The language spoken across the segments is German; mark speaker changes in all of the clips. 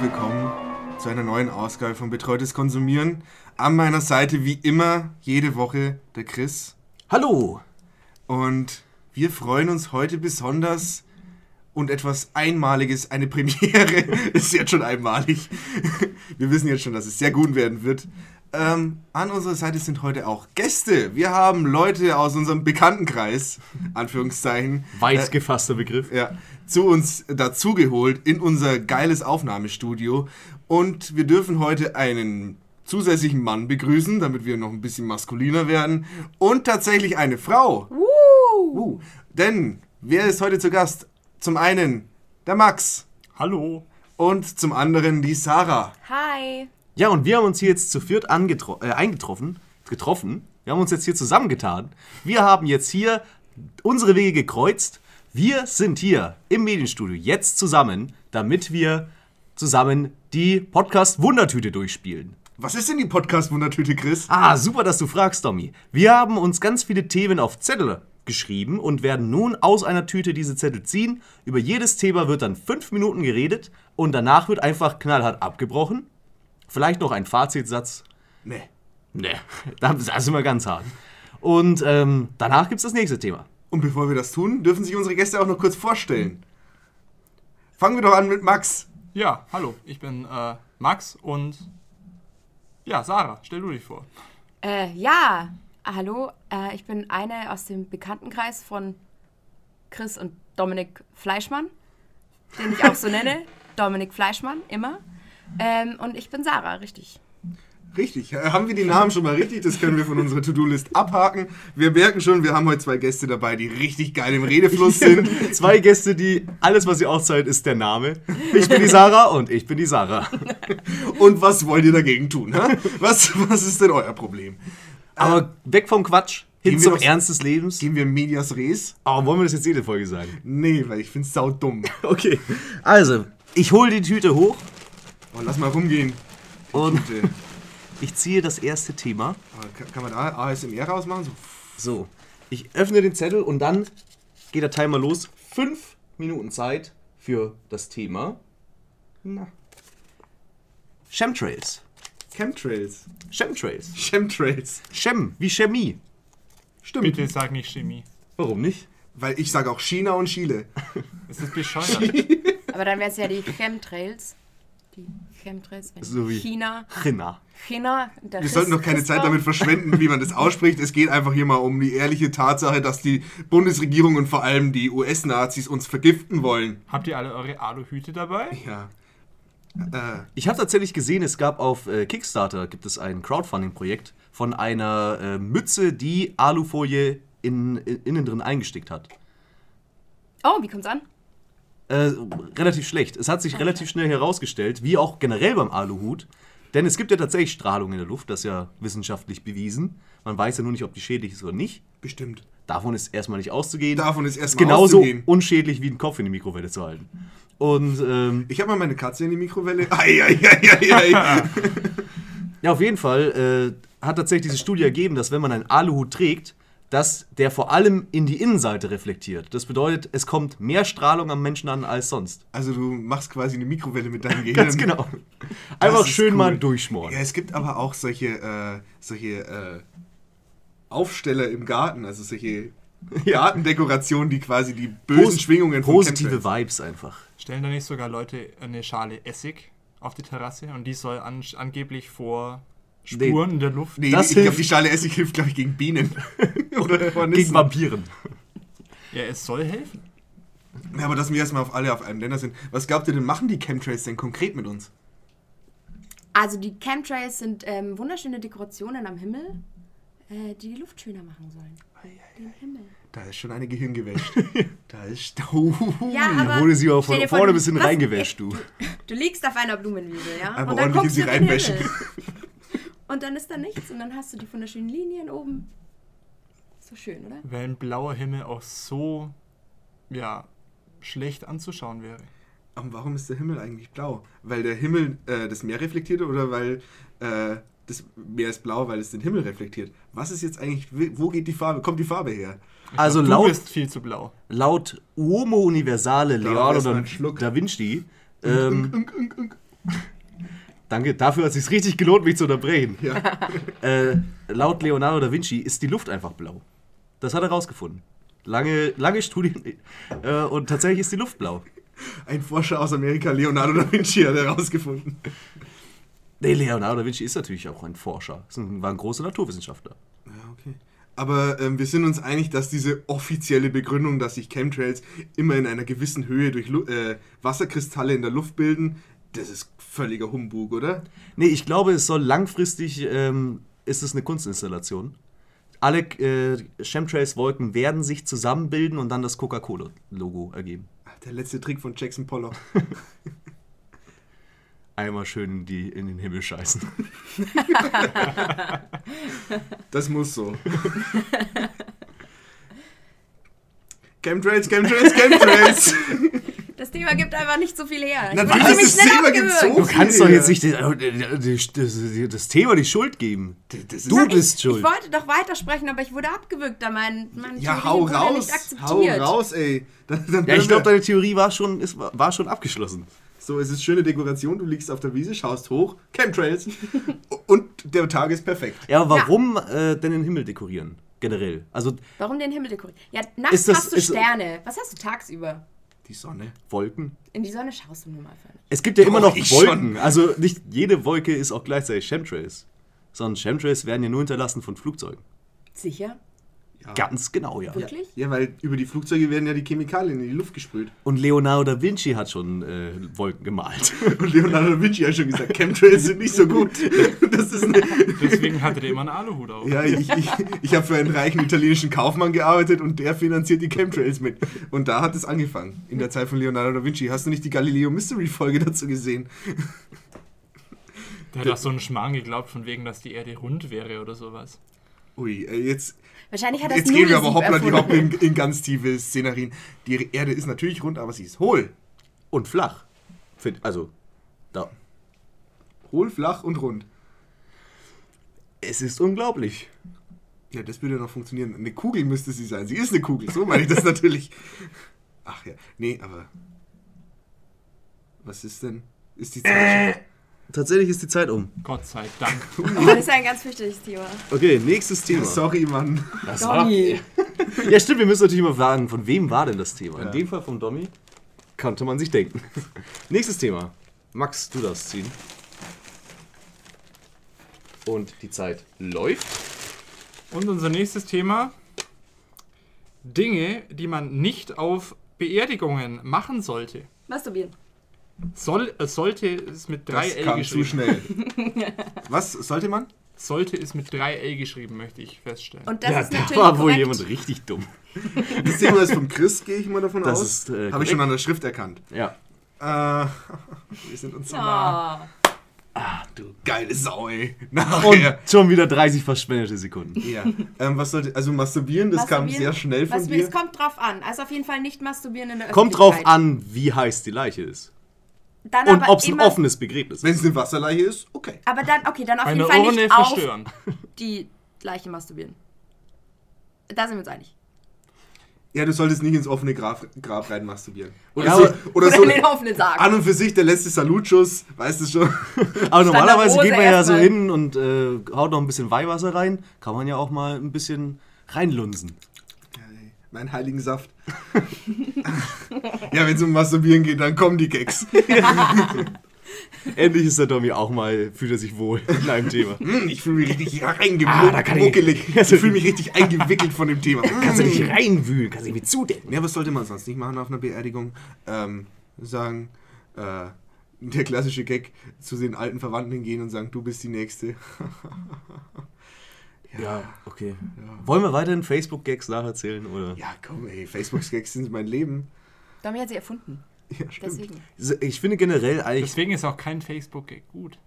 Speaker 1: willkommen zu einer neuen Ausgabe von Betreutes Konsumieren. An meiner Seite wie immer jede Woche der Chris.
Speaker 2: Hallo!
Speaker 1: Und wir freuen uns heute besonders und etwas Einmaliges, eine Premiere. ist jetzt schon einmalig. Wir wissen jetzt schon, dass es sehr gut werden wird. Ähm, an unserer Seite sind heute auch Gäste. Wir haben Leute aus unserem Bekanntenkreis, Anführungszeichen,
Speaker 2: Weit gefasster Begriff.
Speaker 1: ja, zu uns dazugeholt in unser geiles Aufnahmestudio. Und wir dürfen heute einen zusätzlichen Mann begrüßen, damit wir noch ein bisschen maskuliner werden. Und tatsächlich eine Frau. Uh, denn wer ist heute zu Gast? Zum einen der Max
Speaker 3: Hallo.
Speaker 1: und zum anderen die Sarah.
Speaker 4: Hi.
Speaker 2: Ja, und wir haben uns hier jetzt zu viert angetro- äh, eingetroffen, getroffen. Wir haben uns jetzt hier zusammengetan. Wir haben jetzt hier unsere Wege gekreuzt. Wir sind hier im Medienstudio jetzt zusammen, damit wir zusammen die Podcast-Wundertüte durchspielen.
Speaker 1: Was ist denn die Podcast-Wundertüte, Chris?
Speaker 2: Ah, super, dass du fragst, Tommy. Wir haben uns ganz viele Themen auf Zettel geschrieben und werden nun aus einer Tüte diese Zettel ziehen. Über jedes Thema wird dann fünf Minuten geredet und danach wird einfach knallhart abgebrochen. Vielleicht noch ein Fazitsatz.
Speaker 1: Nee.
Speaker 2: Ne, da da sind wir ganz hart. Und ähm, danach gibt es das nächste Thema.
Speaker 1: Und bevor wir das tun, dürfen sich unsere Gäste auch noch kurz vorstellen. Fangen wir doch an mit Max.
Speaker 3: Ja, hallo. Ich bin äh, Max und ja, Sarah, stell du dich vor.
Speaker 4: Äh, ja, hallo. Äh, ich bin eine aus dem Bekanntenkreis von Chris und Dominik Fleischmann, den ich auch so nenne. Dominik Fleischmann, immer. Ähm, und ich bin Sarah, richtig.
Speaker 1: Richtig, äh, haben wir die Namen schon mal richtig? Das können wir von unserer To-Do-List abhaken. Wir merken schon, wir haben heute zwei Gäste dabei, die richtig geil im Redefluss sind.
Speaker 2: Zwei Gäste, die alles, was sie auszahlt, ist der Name. Ich bin die Sarah und ich bin die Sarah.
Speaker 1: Und was wollt ihr dagegen tun? hä? Was, was ist denn euer Problem?
Speaker 2: Aber weg vom Quatsch,
Speaker 1: Gehen
Speaker 2: hin
Speaker 1: wir
Speaker 2: zum
Speaker 1: noch-
Speaker 2: Ernst des Lebens.
Speaker 1: Gehen wir Medias Res?
Speaker 2: Oh, wollen wir das jetzt jede Folge sagen?
Speaker 1: Nee, weil ich find's saudumm.
Speaker 2: Okay. Also, ich hole die Tüte hoch
Speaker 1: Oh, lass mal rumgehen.
Speaker 2: und
Speaker 1: Bitte.
Speaker 2: ich ziehe das erste Thema.
Speaker 1: Aber kann- Kann man da ASMR rausmachen? So.
Speaker 2: So, ich öffne den Zettel und dann geht der Timer los. Fünf Minuten Zeit für das Thema. Na. Chemtrails.
Speaker 1: Chemtrails.
Speaker 2: Chemtrails.
Speaker 1: Chemtrails.
Speaker 2: Chem, wie Chemie.
Speaker 1: Stimmt.
Speaker 3: Bitte sag nicht Chemie.
Speaker 2: Warum nicht?
Speaker 1: Weil ich sage auch China und Chile.
Speaker 3: Es ist bescheuert.
Speaker 4: Aber dann wären es ja die Chemtrails. Die Chemtrails in
Speaker 2: So wie-
Speaker 4: China.
Speaker 2: China.
Speaker 4: China. Der
Speaker 1: Wir
Speaker 4: Chris-
Speaker 1: sollten doch keine
Speaker 4: Christoph.
Speaker 1: Zeit damit verschwenden, wie man das ausspricht. Es geht einfach hier mal um die ehrliche Tatsache, dass die Bundesregierung und vor allem die US-Nazis uns vergiften wollen.
Speaker 3: Habt ihr alle eure Aluhüte dabei?
Speaker 1: Ja. Äh,
Speaker 2: Ich habe tatsächlich gesehen, es gab auf äh, Kickstarter gibt es ein Crowdfunding-Projekt von einer äh, Mütze, die Alufolie in, in, innen drin eingestickt hat.
Speaker 4: Oh, wie kommt's an?
Speaker 2: Äh, relativ schlecht. Es hat sich relativ schnell herausgestellt, wie auch generell beim Aluhut. Denn es gibt ja tatsächlich Strahlung in der Luft, das ist ja wissenschaftlich bewiesen. Man weiß ja nur nicht, ob die schädlich ist oder nicht.
Speaker 1: bestimmt.
Speaker 2: Davon ist erstmal nicht auszugehen.
Speaker 1: Davon ist erstmal
Speaker 2: genauso
Speaker 1: auszugehen.
Speaker 2: unschädlich wie einen Kopf in die Mikrowelle zu halten. Und ähm,
Speaker 1: Ich habe mal meine Katze in die Mikrowelle. Ei, ei, ei, ei, ei.
Speaker 2: ja, auf jeden Fall äh, hat tatsächlich diese Studie ergeben, dass wenn man einen Aluhut trägt, dass der vor allem in die Innenseite reflektiert. Das bedeutet, es kommt mehr Strahlung am Menschen an als sonst.
Speaker 1: Also du machst quasi eine Mikrowelle mit deinem Gehirn.
Speaker 2: Ganz genau. Einfach
Speaker 1: ist
Speaker 2: schön
Speaker 1: cool.
Speaker 2: mal durchschmoren.
Speaker 1: Ja, es gibt aber auch solche, äh, solche äh, Aufsteller im Garten, also solche Gartendekorationen, die quasi die bösen
Speaker 2: Posi-
Speaker 1: Schwingungen von
Speaker 2: positive
Speaker 1: Chemtrails-
Speaker 2: Vibes einfach.
Speaker 3: Stellen da nicht sogar Leute eine Schale Essig auf die Terrasse und die soll an, angeblich vor Spuren in der Luft.
Speaker 1: Nee,
Speaker 2: Das
Speaker 1: ich glaube,
Speaker 2: hilft.
Speaker 1: die Schale Essig hilft, glaube ich, gegen Bienen. Oder
Speaker 2: Gegen
Speaker 1: Hornissen.
Speaker 2: Vampiren.
Speaker 3: Ja, es soll helfen.
Speaker 1: Ja, aber dass wir erstmal auf alle auf einem Nenner sind. Was glaubt ihr denn, machen die Chemtrails denn konkret mit uns?
Speaker 4: Also die Chemtrails sind ähm, wunderschöne Dekorationen am Himmel, äh, die die Luft schöner machen sollen. Den Himmel.
Speaker 1: Da ist schon eine Gehirn gewäscht. da ist. Oh,
Speaker 4: Ja,
Speaker 2: Da
Speaker 4: aber
Speaker 2: wurde sie aber von
Speaker 4: stell dir vor,
Speaker 2: vorne
Speaker 4: du-
Speaker 2: bis hinten
Speaker 4: was-
Speaker 2: reingewäscht, du.
Speaker 4: Du liegst auf einer Blumenwiese, ja?
Speaker 1: Aber
Speaker 4: und dann
Speaker 1: ordentlich
Speaker 4: guckst
Speaker 1: in sie
Speaker 4: du in den
Speaker 1: reinwäschen.
Speaker 4: Himmel. Und dann ist da nichts und dann hast du die wunderschönen Linien oben. So schön, oder?
Speaker 3: Weil ein blauer Himmel auch so, ja, schlecht anzuschauen wäre.
Speaker 1: Aber warum ist der Himmel eigentlich blau? Weil der Himmel äh, das Meer reflektiert oder weil äh, das Meer ist blau, weil es den Himmel reflektiert? Was ist jetzt eigentlich. Wo geht die Farbe? Kommt die Farbe her?
Speaker 2: Also
Speaker 3: du
Speaker 2: laut,
Speaker 3: bist viel zu blau.
Speaker 2: laut Uomo Universale
Speaker 1: Klar,
Speaker 2: Leonardo
Speaker 1: erst mal
Speaker 2: da,
Speaker 1: einen Schluck.
Speaker 2: da Vinci ähm,
Speaker 1: Unk, unk, unk.
Speaker 2: Danke, dafür hat es sich richtig gelohnt, mich zu unterbrechen.
Speaker 1: Ja.
Speaker 2: Äh, laut Leonardo da Vinci ist die Luft einfach blau. Das hat er rausgefunden. Lange, lange Studien. Äh, und tatsächlich ist die Luft blau.
Speaker 1: Ein Forscher aus Amerika, Leonardo da Vinci, hat herausgefunden.
Speaker 2: Nee, Leonardo da Vinci ist natürlich auch ein Forscher. Ist ein, war ein großer Naturwissenschaftler.
Speaker 1: Ja, okay. Aber ähm, wir sind uns einig, dass diese offizielle Begründung, dass sich Chemtrails immer in einer gewissen Höhe durch Lu äh, Wasserkristalle in der Luft bilden, das ist völliger Humbug, oder?
Speaker 2: Nee, ich glaube, es soll langfristig, ähm, ist es eine Kunstinstallation. Alle äh, Chemtrails-Wolken werden sich zusammenbilden und dann das Coca-Cola-Logo ergeben.
Speaker 1: Ach, Ah, Der letzte Trick von Jackson Pollock.
Speaker 2: Einmal schön die in den Himmel scheißen.
Speaker 1: Das muss so. Chemtrails, Chemtrails, Chemtrails.
Speaker 4: Das Thema gibt einfach nicht so viel her.
Speaker 1: Na,
Speaker 4: Ich
Speaker 1: was?
Speaker 4: hab mich
Speaker 1: Das
Speaker 4: schnell
Speaker 1: Thema gibt
Speaker 4: abgewürgt.
Speaker 1: so
Speaker 2: Du kannst doch jetzt nicht die, die, die, das- das Thema die Schuld geben.
Speaker 1: Das
Speaker 2: Du
Speaker 1: ist,
Speaker 2: bist
Speaker 4: Ich
Speaker 2: schuld.
Speaker 4: wollte doch weitersprechen, aber ich wurde abgewürgt, da mein, mein
Speaker 1: ja, hau raus.
Speaker 4: nicht
Speaker 1: Hau
Speaker 4: akzeptiert.
Speaker 1: raus, ey. Dann, dann
Speaker 2: Ja, ich
Speaker 1: hören
Speaker 2: glaube,
Speaker 1: wir-
Speaker 2: deine Theorie war schon, ist, war schon abgeschlossen.
Speaker 1: So, es ist schöne Dekoration. Du liegst auf der Wiese, schaust hoch. Chemtrails. Und der Tag ist perfekt.
Speaker 2: Ja, aber warum äh, denn den Himmel dekorieren? Generell. Also
Speaker 4: Warum den Himmel dekorieren? Ja, nachts
Speaker 2: Ist das-
Speaker 4: hast du
Speaker 2: ist-
Speaker 4: Sterne. Was hast du tagsüber?
Speaker 1: Die Sonne.
Speaker 2: Wolken.
Speaker 4: In die Sonne schaust du nur mal für
Speaker 2: Es gibt ja immer
Speaker 1: Doch,
Speaker 2: noch
Speaker 1: ich
Speaker 2: Wolken. Also nicht jede Wolke ist auch gleichzeitig Chemtrails. Sondern Chemtrails werden ja nur hinterlassen von Flugzeugen.
Speaker 4: Sicher?
Speaker 2: Ganz genau, ja.
Speaker 4: Wirklich?
Speaker 1: Ja, weil über die Flugzeuge werden ja die Chemikalien in die Luft gesprüht.
Speaker 2: Und Leonardo da Vinci hat schon äh, Wolken gemalt.
Speaker 1: Und Leonardo da Vinci hat schon gesagt, Chemtrails sind nicht so gut. Das ist eine,
Speaker 3: Deswegen hatte der immer einen Aluhut auf.
Speaker 1: ja, ich, ich, ich habe für einen reichen italienischen Kaufmann gearbeitet und der finanziert die Chemtrails mit. Und da hat es angefangen, in der Zeit von Leonardo da Vinci. Hast du nicht die Galileo Mystery Folge dazu gesehen?
Speaker 3: Der hat auch so einen Schmarrn geglaubt, von wegen, dass die Erde rund wäre oder sowas.
Speaker 1: Ui, äh, jetzt,
Speaker 4: Wahrscheinlich hat das
Speaker 1: jetzt gehen wir aber
Speaker 4: Nudelsieb
Speaker 1: hoppla die
Speaker 4: erfunden.
Speaker 1: Hopp in, in ganz tiefe Szenarien. Die Erde ist natürlich rund, aber sie ist hohl.
Speaker 2: Und flach. Find- Also, da.
Speaker 1: Hohl, flach und rund.
Speaker 2: Es ist unglaublich.
Speaker 1: Ja, das würde noch funktionieren. Eine Kugel müsste sie sein. Sie ist eine Kugel, so meine ich das natürlich. Ach ja, nee, aber. Was ist denn? Ist die Zeit schon?
Speaker 2: Tatsächlich ist die Zeit um.
Speaker 3: Gott sei Dank.
Speaker 4: Oh, das ist ein ganz fürchterliches Thema.
Speaker 2: Okay, nächstes Thema.
Speaker 1: Sorry, Mann.
Speaker 2: Das war,
Speaker 4: Donny.
Speaker 2: ja, stimmt, wir müssen natürlich mal fragen, von wem war denn das Thema?
Speaker 1: Ja.
Speaker 2: In dem Fall vom Domi konnte man sich denken. Nächstes Thema. Max, du darfst ziehen. Und die Zeit läuft.
Speaker 3: Und unser nächstes Thema: Dinge, die man nicht auf Beerdigungen machen sollte.
Speaker 4: Masturbieren.
Speaker 3: Soll, äh, sollte es mit 3L
Speaker 1: kam zu
Speaker 3: geschrieben.
Speaker 1: schnell. Was sollte man?
Speaker 3: Sollte es mit 3L geschrieben, möchte ich feststellen.
Speaker 4: Und das
Speaker 2: ja,
Speaker 4: ist
Speaker 2: da
Speaker 4: natürlich
Speaker 2: war wohl
Speaker 4: korrekt.
Speaker 2: jemand richtig dumm.
Speaker 1: Das Thema ist vom Chris, gehe ich mal davon
Speaker 2: Das
Speaker 1: aus.
Speaker 2: ist, äh,
Speaker 1: Habe ich schon an der Schrift erkannt.
Speaker 2: Ja.
Speaker 1: Äh, wir sind uns so nah.
Speaker 4: Ah.
Speaker 1: Du geile Sau, ey.
Speaker 2: Und
Speaker 1: Nachher.
Speaker 2: schon wieder 30 verschwendete Sekunden.
Speaker 1: Ja. Ähm, was sollte. Also, masturbieren, das kam
Speaker 4: Masturbieren-
Speaker 1: sehr schnell von
Speaker 4: Masturbieren,
Speaker 1: dir.
Speaker 4: Es kommt drauf an. Also auf jeden Fall nicht masturbieren in der
Speaker 2: Kommt drauf
Speaker 4: Öffentlichkeit.
Speaker 2: an, wie heiß die Leiche ist.
Speaker 4: Dann
Speaker 2: Und
Speaker 4: aber
Speaker 2: ob es ein
Speaker 4: immer-
Speaker 2: offenes Begräbnis
Speaker 1: Wenn
Speaker 2: ist.
Speaker 1: es eine Wasserleiche ist, okay.
Speaker 4: Aber dann, okay, dann auf
Speaker 3: Eine
Speaker 4: jeden Fall
Speaker 3: Urne
Speaker 4: nicht auf
Speaker 3: verstören.
Speaker 4: die Leiche masturbieren. Da sind wir uns einig.
Speaker 1: Ja, du solltest nicht ins offene Grab, Grab rein masturbieren. Oder,
Speaker 2: Ja,
Speaker 1: so,
Speaker 2: aber-
Speaker 1: oder
Speaker 4: Oder
Speaker 1: so.
Speaker 4: in den offenen Sarg.
Speaker 1: An und für sich der letzte Salutschuss, weißt du schon.
Speaker 2: Aber normalerweise
Speaker 4: Hose
Speaker 2: geht man ja so
Speaker 4: erstmal.
Speaker 2: hin und äh, haut noch ein bisschen Weihwasser rein. Kann man ja auch mal ein bisschen reinlunsen.
Speaker 1: Mein heiligen Saft. ja, wenn es um Masturbieren geht, dann kommen die Gags.
Speaker 2: Endlich ist der Domi auch mal, fühlt er sich wohl in einem Thema.
Speaker 1: Hm, ich fühle mich richtig hier
Speaker 2: Ah, da kann ich-
Speaker 1: reingemuckelig. Ich, fühle mich richtig eingewickelt von dem Thema. Hm.
Speaker 2: Kannst du dich reinwühlen, kannst du dich zudecken.
Speaker 1: Ja, was sollte man sonst nicht machen auf einer Beerdigung? Ähm, sagen, äh, der klassische Gag, zu den alten Verwandten hingehen und sagen, du bist die Nächste.
Speaker 2: Ja, okay. Wollen wir weiterhin Facebook-Gags nacherzählen? Oder?
Speaker 1: Ja, komm ey, Facebook-Gags sind mein Leben.
Speaker 4: Domi hat sie erfunden.
Speaker 1: Ja, stimmt.
Speaker 4: Deswegen.
Speaker 2: Ich finde generell eigentlich
Speaker 3: Deswegen ist auch kein Facebook-Gag gut.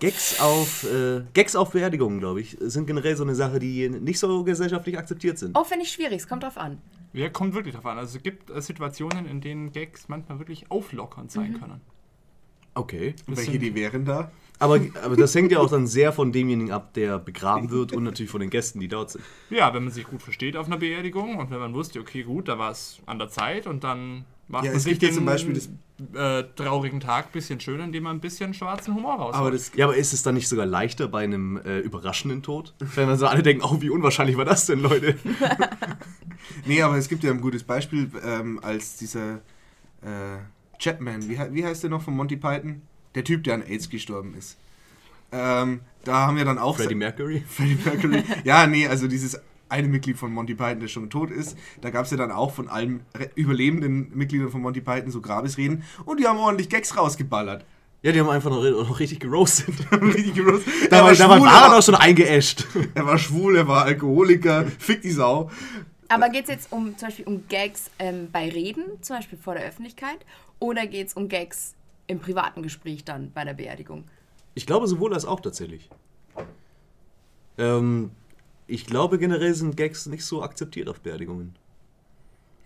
Speaker 2: Gags auf, äh, Gags auf Beerdigungen, glaube ich, sind generell so eine Sache, die nicht so gesellschaftlich akzeptiert sind.
Speaker 4: Auch wenn ich schwierig, es kommt drauf an.
Speaker 3: Ja, kommt wirklich drauf an. Also es gibt äh, Situationen, in denen Gags manchmal wirklich auflockernd sein
Speaker 4: Mhm.
Speaker 3: können.
Speaker 2: Okay.
Speaker 1: Und
Speaker 3: Das
Speaker 1: welche,
Speaker 3: sind-
Speaker 1: die wären da?
Speaker 2: Aber, aber das hängt ja auch dann sehr von demjenigen ab, der begraben wird und natürlich von den Gästen, die dort sind.
Speaker 3: Ja, wenn man sich gut versteht auf einer Beerdigung und wenn man wusste, okay, gut, da war es an der Zeit und dann Macht
Speaker 1: Ja,
Speaker 3: man
Speaker 1: es
Speaker 3: sich
Speaker 1: gibt ja
Speaker 3: den
Speaker 1: zum Beispiel das-
Speaker 3: äh, traurigen Tag ein bisschen schöner, indem man ein bisschen schwarzen Humor raushaut.
Speaker 1: Aber das,
Speaker 2: Ja, aber ist es dann nicht sogar leichter bei einem äh, überraschenden Tod? Wenn dann so alle denken, oh, wie unwahrscheinlich war das denn, Leute?
Speaker 1: nee, aber es gibt ja ein gutes Beispiel, ähm, als dieser äh, Chapman, wie, he- wie heißt der noch von Monty Python? Der Typ, der an AIDS gestorben ist. Ähm, da haben wir dann auch
Speaker 2: Freddie Mercury?
Speaker 1: Freddie Mercury. Ja, nee, also dieses eine Mitglied von Monty Python, der schon tot ist, da gab es ja dann auch von allen re- überlebenden Mitgliedern von Monty Python so Grabesreden und die haben ordentlich Gags rausgeballert.
Speaker 2: Ja, die haben einfach noch, noch richtig geroastet.
Speaker 1: Richtig groß.
Speaker 2: Da
Speaker 1: er, war
Speaker 2: war, da war,
Speaker 1: schwul,
Speaker 2: war
Speaker 1: er,
Speaker 2: er
Speaker 1: war,
Speaker 2: doch schon eingeäscht.
Speaker 1: er war schwul, er war Alkoholiker, fick die Sau.
Speaker 4: Aber geht es jetzt um zum Beispiel um Gags ähm, bei Reden, zum Beispiel vor der Öffentlichkeit, oder geht es um Gags im privaten Gespräch dann bei der Beerdigung?
Speaker 2: Ich glaube sowohl als auch tatsächlich. Ähm, ich glaube generell sind Gags nicht so akzeptiert auf Beerdigungen.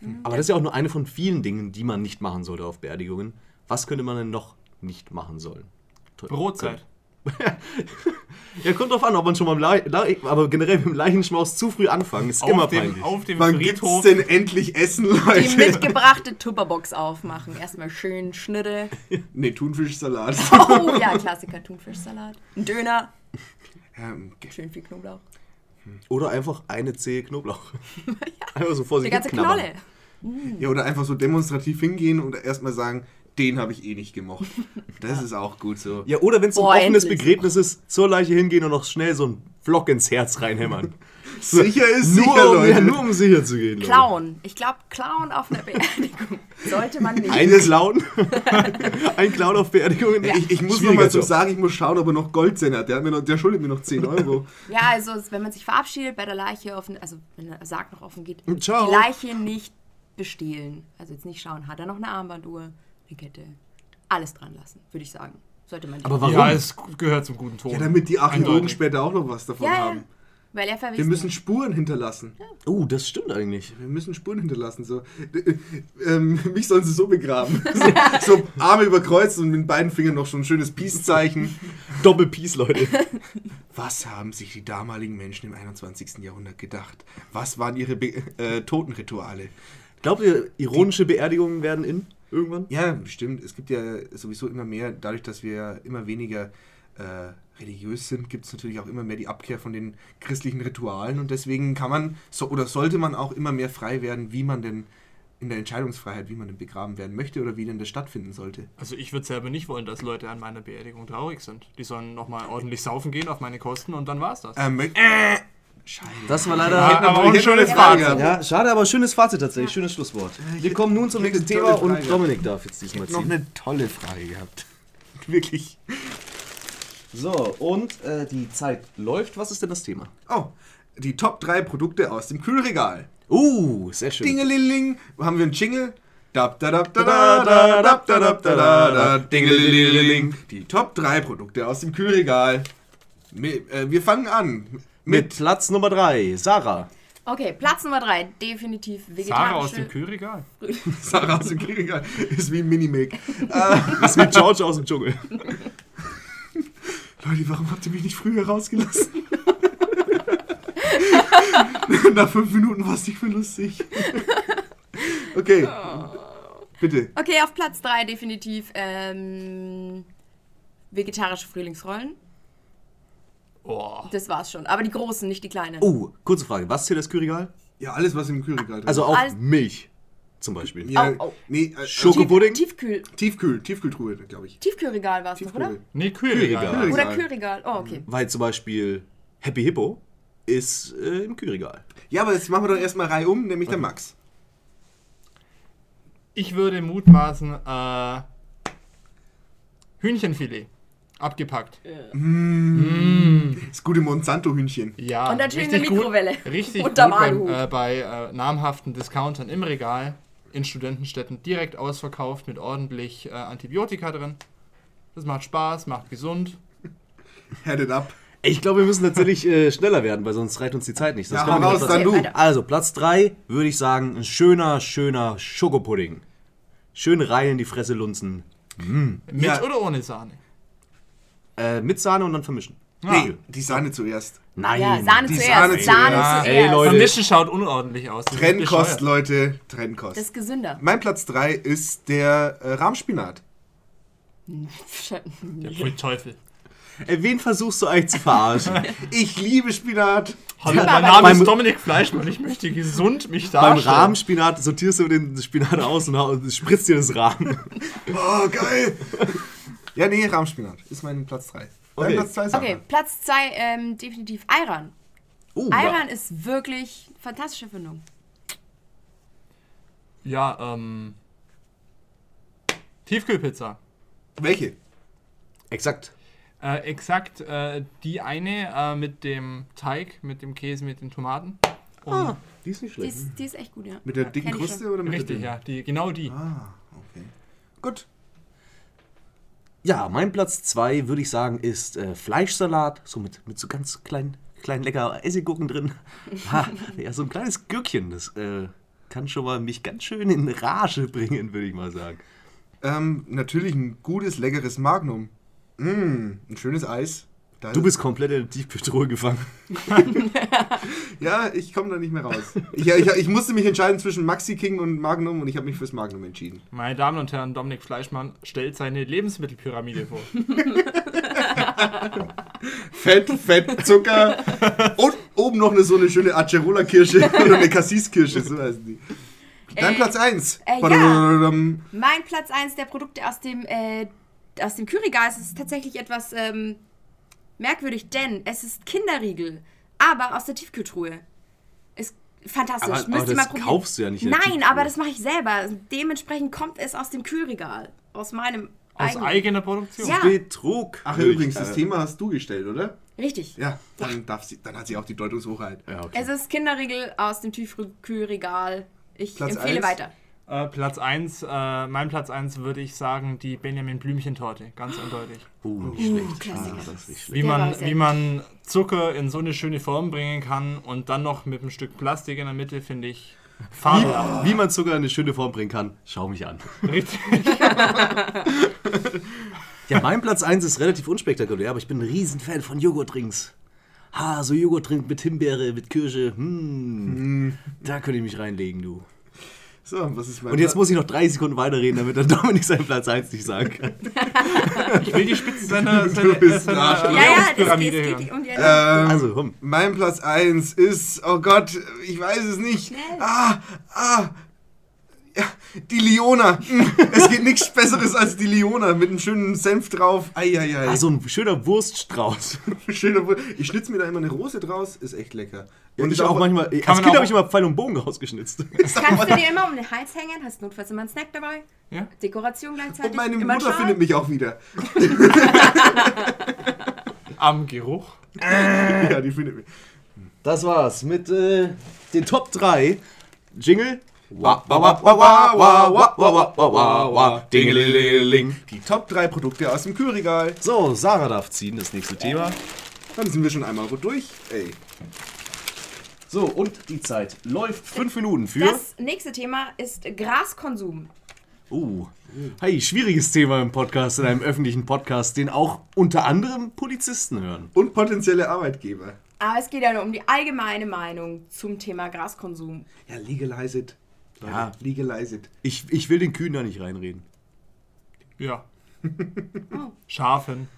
Speaker 4: Mhm.
Speaker 2: Aber das ist ja auch nur eine von vielen Dingen, die man nicht machen sollte auf Beerdigungen. Was könnte man denn noch nicht machen sollen? Toll.
Speaker 3: Brotzeit.
Speaker 2: Ja, kommt drauf an, ob man schon mal im Le Le aber generell mit dem Leichenschmaus zu früh anfangen, ist immer
Speaker 3: Auf dem,
Speaker 2: peinlich.
Speaker 3: auf dem
Speaker 1: Wann gibt's
Speaker 3: Friedhof.
Speaker 1: denn endlich Essen,
Speaker 4: Die
Speaker 1: Leute?
Speaker 4: mitgebrachte Tupperbox aufmachen. Erstmal schön Schnitte.
Speaker 1: Nee, Thunfischsalat.
Speaker 4: Oh ja, Klassiker Thunfischsalat. Ein Döner,
Speaker 1: Ähm, Gag.
Speaker 4: schön viel Knoblauch.
Speaker 2: Oder einfach eine Zehe Knoblauch. Einfach so vor
Speaker 4: Die
Speaker 2: sich
Speaker 4: ganze
Speaker 2: hinknabbern.
Speaker 4: Knolle.
Speaker 1: ja, oder einfach so demonstrativ hingehen und erstmal sagen, den habe ich eh nicht gemocht. Das ist auch gut so.
Speaker 2: Ja, oder wenn es ein
Speaker 4: Boah,
Speaker 2: offenes
Speaker 4: endlich.
Speaker 2: Begräbnis ist, zur Leiche hingehen und noch schnell so einen Flock ins Herz reinhämmern. So,
Speaker 1: Sicher ist
Speaker 2: nur,
Speaker 1: sicher,
Speaker 2: um,
Speaker 1: Leute.
Speaker 2: Ja, nur um sicher zu gehen. Leute.
Speaker 4: Clown. Ich glaube, Clown auf einer Beerdigung sollte man nicht.
Speaker 2: Ein Clown? ein Clown auf Beerdigungen?
Speaker 1: Ich, ich muss
Speaker 2: Schwieriger
Speaker 1: nochmal zum
Speaker 2: Job.
Speaker 1: Sagen, ich muss schauen, ob er noch Goldzähne hat. Der, hat mir noch, der schuldet mir noch 10 Euro.
Speaker 4: Ja, also es- wenn man sich verabschiedet bei der Leiche offen, also wenn der Sarg noch offen geht,
Speaker 2: Ciao.
Speaker 4: die Leiche nicht bestehlen. Also jetzt nicht schauen, hat er noch eine Armbanduhr, eine Kette, alles dran lassen, würde ich sagen. Sollte man.
Speaker 2: Aber
Speaker 4: nicht.
Speaker 2: warum?
Speaker 1: also-
Speaker 3: Ja, es gehört zum guten Ton.
Speaker 1: Ja, damit die Archäologen
Speaker 3: Eindeutig.
Speaker 1: später auch noch was davon
Speaker 4: ja, ja,
Speaker 1: haben.
Speaker 4: weil er verwiesen.
Speaker 1: Wir müssen
Speaker 4: hat.
Speaker 1: Spuren hinterlassen.
Speaker 2: oh, das stimmt eigentlich.
Speaker 1: Wir müssen Spuren hinterlassen. So. Äh, Ähm, mich sollen sie so begraben. So, so Arme überkreuzt und mit beiden Fingern noch so ein schönes Peace-Zeichen.
Speaker 2: Doppel-Peace, Leute.
Speaker 1: Was haben sich die damaligen Menschen im 21. Jahrhundert gedacht? Was waren ihre Be äh, Totenrituale?
Speaker 2: Glaubt ihr, ironische Beerdigungen werden in irgendwann?
Speaker 1: Ja, bestimmt. Es gibt ja sowieso immer mehr, dadurch, dass wir ja immer weniger äh, religiös sind, gibt es natürlich auch immer mehr die Abkehr von den christlichen Ritualen und deswegen kann man so, oder sollte man auch immer mehr frei werden, wie man denn in der Entscheidungsfreiheit, wie man denn begraben werden möchte oder wie denn das stattfinden sollte.
Speaker 3: Also ich würde selber nicht wollen, dass Leute an meiner Beerdigung traurig sind. Die sollen nochmal ordentlich saufen gehen auf meine Kosten und dann war's das.
Speaker 1: Ähm, äh, Scheiße.
Speaker 2: Das war
Speaker 3: Ja,
Speaker 2: leider.
Speaker 3: aber auch ein schönes Fazit.
Speaker 2: Ja, schade, aber schönes Fazit tatsächlich. Schönes Schlusswort. Wir kommen nun zum
Speaker 1: ich hätte eine
Speaker 2: nächsten Thema
Speaker 1: tolle
Speaker 2: und
Speaker 1: Frage.
Speaker 2: Dominik darf jetzt diesmal
Speaker 1: noch
Speaker 2: ziehen.
Speaker 1: eine tolle Frage gehabt. Wirklich.
Speaker 2: So, und äh, die Zeit läuft. Was ist denn das Thema?
Speaker 1: Oh, die Top 3 Produkte aus dem Kühlregal.
Speaker 2: Uh, sehr schön.
Speaker 1: Dingeliling. Haben wir einen Jingle? Dab, da, dab, da, da, da, dab, da, dab, da, da, da, Dingeliling. Die Top 3 Produkte aus dem Kühlregal. Mi- äh, Wir fangen an
Speaker 2: Mit
Speaker 1: mit
Speaker 2: Platz Nummer 3, Sarah.
Speaker 4: Okay, Platz Nummer drei, definitiv
Speaker 3: Sarah aus dem
Speaker 4: vegetarische.
Speaker 3: Kühlregal.
Speaker 1: Sarah aus dem Kühlregal. Ist wie ein Minimake.
Speaker 2: Das ist wie George aus dem Dschungel.
Speaker 1: Leute, warum habt ihr mich nicht früher rausgelassen? Nach fünf Minuten war es nicht mehr lustig. Okay. Oh. Bitte.
Speaker 4: Okay, auf Platz drei definitiv ähm, vegetarische Frühlingsrollen.
Speaker 3: Oh.
Speaker 4: Das war's schon. Aber die großen, nicht die kleinen.
Speaker 2: Oh, kurze Frage. Was zählt das Kühlregal?
Speaker 1: Ja, alles, was im Kühlregal drin
Speaker 2: Also auch
Speaker 4: Alles-
Speaker 2: Milch zum Beispiel.
Speaker 1: Ja,
Speaker 4: Au, au.
Speaker 1: nee, äh,
Speaker 2: Schoko- Schokopudding?
Speaker 4: Tiefkühl,
Speaker 1: Tiefkühl, Tiefkühltruhe, glaube ich.
Speaker 4: Tiefkühlregal war's doch, oder?
Speaker 1: Tiefkühl.
Speaker 3: Nee, Kühlregal.
Speaker 2: Kühlregal.
Speaker 4: Oder Kühlregal. Oh, okay.
Speaker 2: Weil zum Beispiel Happy Hippo ist äh, im Kühlregal.
Speaker 1: Ja, aber jetzt machen wir doch erstmal Reihe um, nämlich der Max.
Speaker 3: Ich würde mutmaßen, äh, Hühnchenfilet. Abgepackt.
Speaker 1: Das gute Monsanto-Hühnchen.
Speaker 3: Ja,
Speaker 4: Und dann schön in der
Speaker 3: richtig gut-
Speaker 4: Mikrowelle.
Speaker 3: Richtig
Speaker 4: Unterm
Speaker 3: gut beim,
Speaker 4: Aluhut.
Speaker 3: äh, bei äh, namhaften Discountern im Regal in Studentenstädten direkt ausverkauft mit ordentlich äh, Antibiotika drin. Das macht Spaß, macht gesund.
Speaker 1: Head it up.
Speaker 2: Ey, Ich glaube, wir müssen tatsächlich äh, schneller werden, weil sonst reicht uns die Zeit nicht. Sonst
Speaker 1: Ja,
Speaker 2: kommen
Speaker 1: hau
Speaker 2: wir
Speaker 1: raus,
Speaker 2: nicht-
Speaker 1: dann du.
Speaker 4: weiter.
Speaker 2: Also, Platz 3 würde ich sagen, ein schöner, schöner Schokopudding. Schön rein in die Fresse lunzen.
Speaker 3: Mit
Speaker 1: Ja.
Speaker 3: oder ohne Sahne?
Speaker 2: Äh, mit Sahne und dann vermischen.
Speaker 1: Nee, die Sahne zuerst.
Speaker 2: Nein.
Speaker 4: Ja, Sahne
Speaker 1: die
Speaker 4: zuerst.
Speaker 1: Sahne
Speaker 4: Sahne
Speaker 1: zuerst.
Speaker 2: Ey,
Speaker 4: zuerst.
Speaker 2: Leute.
Speaker 3: Vermischen schaut unordentlich aus. Das ist
Speaker 1: Trennkost,
Speaker 3: bescheuert.
Speaker 1: Leute,
Speaker 4: Das
Speaker 1: Trennkost.
Speaker 4: ist gesünder.
Speaker 1: Mein Platz 3 ist der äh, Rahmspinat.
Speaker 3: Der Pfui Teufel.
Speaker 2: Ey, Äh, wen versuchst du eigentlich zu verarschen?
Speaker 1: Ich liebe Spinat.
Speaker 3: Hallo, mein
Speaker 4: aber-
Speaker 3: Name
Speaker 2: Beim-
Speaker 3: ist Dominik Fleischmann. Ich möchte gesund mich
Speaker 2: Beim
Speaker 3: darstellen.
Speaker 2: Rahmenspinat sortierst du den Spinat aus und hau- und spritzt dir das Rahmen.
Speaker 1: Oh, geil. Ja, nee, Rahmspinat ist mein Platz 3.
Speaker 2: Okay.
Speaker 1: Dein Platz 2 ist
Speaker 4: Okay,
Speaker 1: Sahne.
Speaker 4: Platz 2, ähm, definitiv Ayran.
Speaker 2: Oh,
Speaker 4: Ayran ist wirklich fantastische Erfindung.
Speaker 3: Ja, ähm. Tiefkühlpizza.
Speaker 1: Welche?
Speaker 2: Exakt.
Speaker 3: Äh, exakt äh, die eine äh, mit dem Teig, mit dem Käse, mit den Tomaten. Und
Speaker 4: Ah.
Speaker 2: Die ist nicht
Speaker 4: Die
Speaker 2: schlecht.
Speaker 4: ist, die ist echt gut, ja.
Speaker 1: Mit der dicken
Speaker 4: kenn ich
Speaker 1: Kruste oder mit der
Speaker 3: Richtig,
Speaker 1: dünnen?
Speaker 3: ja, die, genau die.
Speaker 1: Ah, okay. Gut.
Speaker 2: Ja, mein Platz 2 würde ich sagen ist äh, Fleischsalat, so mit, mit so ganz kleinen, kleinen lecker Essiggurken drin. Ha, ja, so ein kleines Gürkchen, das äh, kann schon mal mich ganz schön in Rage bringen, würde ich mal sagen.
Speaker 1: Ähm, natürlich ein gutes, leckeres Magnum. Mm, ein schönes Eis. Da
Speaker 2: Du bist komplett in der Tiefkühltruhe gefangen.
Speaker 1: Ja, ich komme da nicht mehr raus. Ich, ich, ich musste mich entscheiden zwischen Maxi King und Magnum und ich habe mich fürs Magnum entschieden.
Speaker 3: Meine Damen und Herren, Dominik Fleischmann stellt seine Lebensmittelpyramide vor.
Speaker 1: Fett, Fett, Zucker und oben noch eine, so eine schöne Acerola-Kirsche oder eine Cassis-Kirsche, so heißen die. Dein
Speaker 4: Äh,
Speaker 1: Platz 1.
Speaker 4: äh, ja. Mein Platz 1 der Produkte aus dem, äh, aus dem Kühlregal es ist tatsächlich etwas ähm, merkwürdig, denn es ist Kinderriegel, aber aus der Tiefkühltruhe. Ist fantastisch.
Speaker 2: Aber- aber
Speaker 4: Müsst ihr
Speaker 2: das
Speaker 4: mal probieren.
Speaker 2: kaufst du ja nicht in der
Speaker 4: Nein,
Speaker 2: Tiefkühl-
Speaker 4: aber das mache ich selber. Dementsprechend kommt es aus dem Kühlregal. Aus meinem
Speaker 3: Aus
Speaker 4: eigenen.
Speaker 3: eigener Produktion.
Speaker 4: Ja.
Speaker 2: Betrug.
Speaker 1: Ach,
Speaker 2: würde ich-
Speaker 1: übrigens, das
Speaker 2: äh,
Speaker 1: Thema hast du gestellt, oder?
Speaker 4: Richtig.
Speaker 1: Ja, dann, darf sie, dann hat sie auch die Deutungshochheit.
Speaker 2: Ja, okay.
Speaker 4: Es ist Kinderriegel aus dem Tiefkühlregal. Ich
Speaker 1: Platz
Speaker 4: empfehle
Speaker 1: eins.
Speaker 4: weiter.
Speaker 2: Ah,
Speaker 3: Äh, Platz 1, äh, mein Platz 1 würde ich sagen, die Benjamin Blümchentorte, ganz eindeutig.
Speaker 2: Oh, nicht schlecht.
Speaker 4: Klassiker.
Speaker 2: Ah, das ist nicht schlecht.
Speaker 3: Wie
Speaker 4: Der war
Speaker 3: man,
Speaker 4: sehr
Speaker 3: wie
Speaker 4: gut.
Speaker 3: man Zucker in so eine schöne Form bringen kann und dann noch mit einem Stück Plastik in der Mitte, finde ich fabelhaft.
Speaker 2: Wie man Zucker in eine schöne Form bringen kann, schau mich an.
Speaker 3: Richtig.
Speaker 2: Ja, mein Platz 1 ist relativ unspektakulär, aber ich bin ein Riesenfan von Joghurtdrinks. Ha, so Joghurtdrink mit Himbeere, mit Kirsche. Hm, Da könnte ich mich reinlegen, du.
Speaker 1: So, was ist mein
Speaker 2: Und jetzt
Speaker 1: Platz?
Speaker 2: muss ich noch drei Sekunden weiterreden, damit der Dominik seinen Platz 1 nicht sagen kann.
Speaker 3: Ich will die Spitze seiner, seiner,
Speaker 1: bist
Speaker 3: äh, seiner
Speaker 1: ein Arschloch.
Speaker 4: Ja, ja, das geht,
Speaker 3: Ernährungspyramide
Speaker 4: es
Speaker 3: hören.
Speaker 4: geht um die
Speaker 1: Ähm,
Speaker 2: Also, komm.
Speaker 1: Mein Platz 1 ist, oh Gott, ich weiß es nicht. Ah, ah. Ja, die Liona. Hm, Es geht nichts Besseres als die Liona mit einem schönen Senf drauf. Eieiei.
Speaker 2: Ah, so ein schöner Wurststrauß.
Speaker 1: Schöne Wur- ich schnitze mir da immer eine Rose draus, ist echt lecker.
Speaker 2: Und
Speaker 1: ist
Speaker 2: ich auch manchmal.
Speaker 3: man
Speaker 2: Als Kind
Speaker 3: auch-
Speaker 2: habe ich immer Pfeil und Bogen rausgeschnitzt.
Speaker 4: Kannst du dir immer um den Hals hängen, hast notfalls immer einen Snack dabei.
Speaker 3: Ja.
Speaker 4: Dekoration gleichzeitig.
Speaker 1: Und meine
Speaker 4: immer
Speaker 1: Mutter
Speaker 4: Schal.
Speaker 1: findet mich auch wieder.
Speaker 3: Am Geruch.
Speaker 1: Ja, die findet mich.
Speaker 2: Das war's mit äh, den Top 3. Jingle. Wa, wa, wa, wa,
Speaker 1: wa, wa, wa, wa, wa, wa,
Speaker 2: wa, wa. Dingelingeling.
Speaker 1: Die Top 3 Produkte aus dem Kühlregal.
Speaker 2: So, Sarah darf ziehen, das nächste Thema.
Speaker 1: Dann sind wir schon einmal durch. Ey.
Speaker 2: So, und die Zeit läuft. Fünf Minuten für.
Speaker 4: Das nächste Thema ist Graskonsum.
Speaker 2: Oh. Hey, schwieriges Thema im Podcast, in einem öffentlichen Podcast, den auch unter anderem Polizisten hören.
Speaker 1: Und potenzielle Arbeitgeber.
Speaker 4: Aber es geht ja nur um die allgemeine Meinung zum Thema Graskonsum.
Speaker 1: Ja, legalize it. Leute,
Speaker 2: Ja.
Speaker 1: Legalize it.
Speaker 2: Ich, ich will den Kühen da nicht reinreden.
Speaker 3: Ja. Schafen,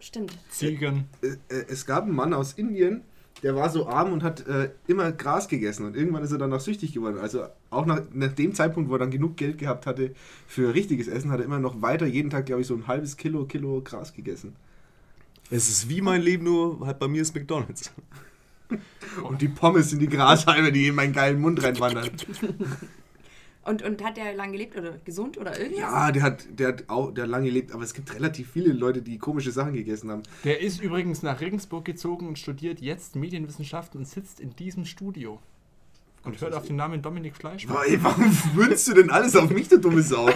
Speaker 4: Stimmt.
Speaker 3: Ziegen.
Speaker 1: äh, es gab einen Mann aus Indien, der war so arm und hat äh, immer Gras gegessen und irgendwann ist er dann noch süchtig geworden. Also auch nach, nach dem Zeitpunkt, wo er dann genug Geld gehabt hatte für richtiges Essen, hat er immer noch weiter jeden Tag, glaube ich, so ein halbes Kilo, Kilo Gras gegessen.
Speaker 2: Es ist wie mein Leben, nur halt bei mir ist McDonalds.
Speaker 1: Und die Pommes sind die Grashalme, die in meinen geilen Mund reinwandern.
Speaker 4: Und, und hat der lang gelebt oder gesund oder irgendwas?
Speaker 1: Ja, der hat, der hat auch, der hat lange gelebt, aber es gibt relativ viele Leute, die komische Sachen gegessen haben.
Speaker 3: Der ist übrigens nach Regensburg gezogen und studiert jetzt Medienwissenschaften und sitzt in diesem Studio. Und hört auf den Namen Dominik Fleischmann.
Speaker 1: Boah, ey, warum wünschst du denn alles auf mich, du dumme Sau?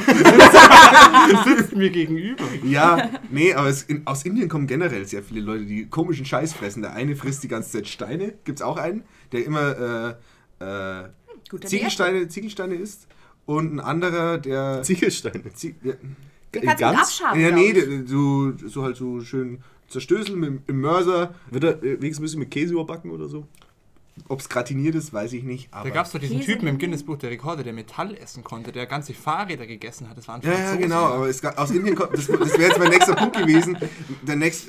Speaker 3: sitzt mir gegenüber.
Speaker 1: Ja, nee, aber es, in, aus Indien kommen generell sehr viele Leute, die komischen Scheiß fressen. Der eine frisst die ganze Zeit Steine, gibt's auch einen, der immer äh, äh,
Speaker 4: Guter Wert.
Speaker 1: Ziegelsteine, Ziegelsteine isst. Und ein anderer, der.
Speaker 2: Ziegelsteine.
Speaker 1: Zie- ja,
Speaker 4: Den kannst du mit abschaben.
Speaker 1: Ja,
Speaker 4: Ah, glaub
Speaker 1: nee,
Speaker 4: ich.
Speaker 1: so, so halt so schön zerstößeln mit, im Mörser.
Speaker 2: Wird er äh, wenigstens ein bisschen mit Käse überbacken oder so?
Speaker 1: Ob's gratiniert ist, weiß ich nicht. Aber
Speaker 3: Da gab es doch diesen
Speaker 4: Käse-
Speaker 3: Typen im Guinness Buch der Rekorde, der Metall essen konnte, der ganze Fahrräder gegessen hat. Das waren
Speaker 1: Ja, ja, genau, aber es gab, aus Indien kommt, das, das wäre jetzt mein nächster Punkt gewesen. Der nächst,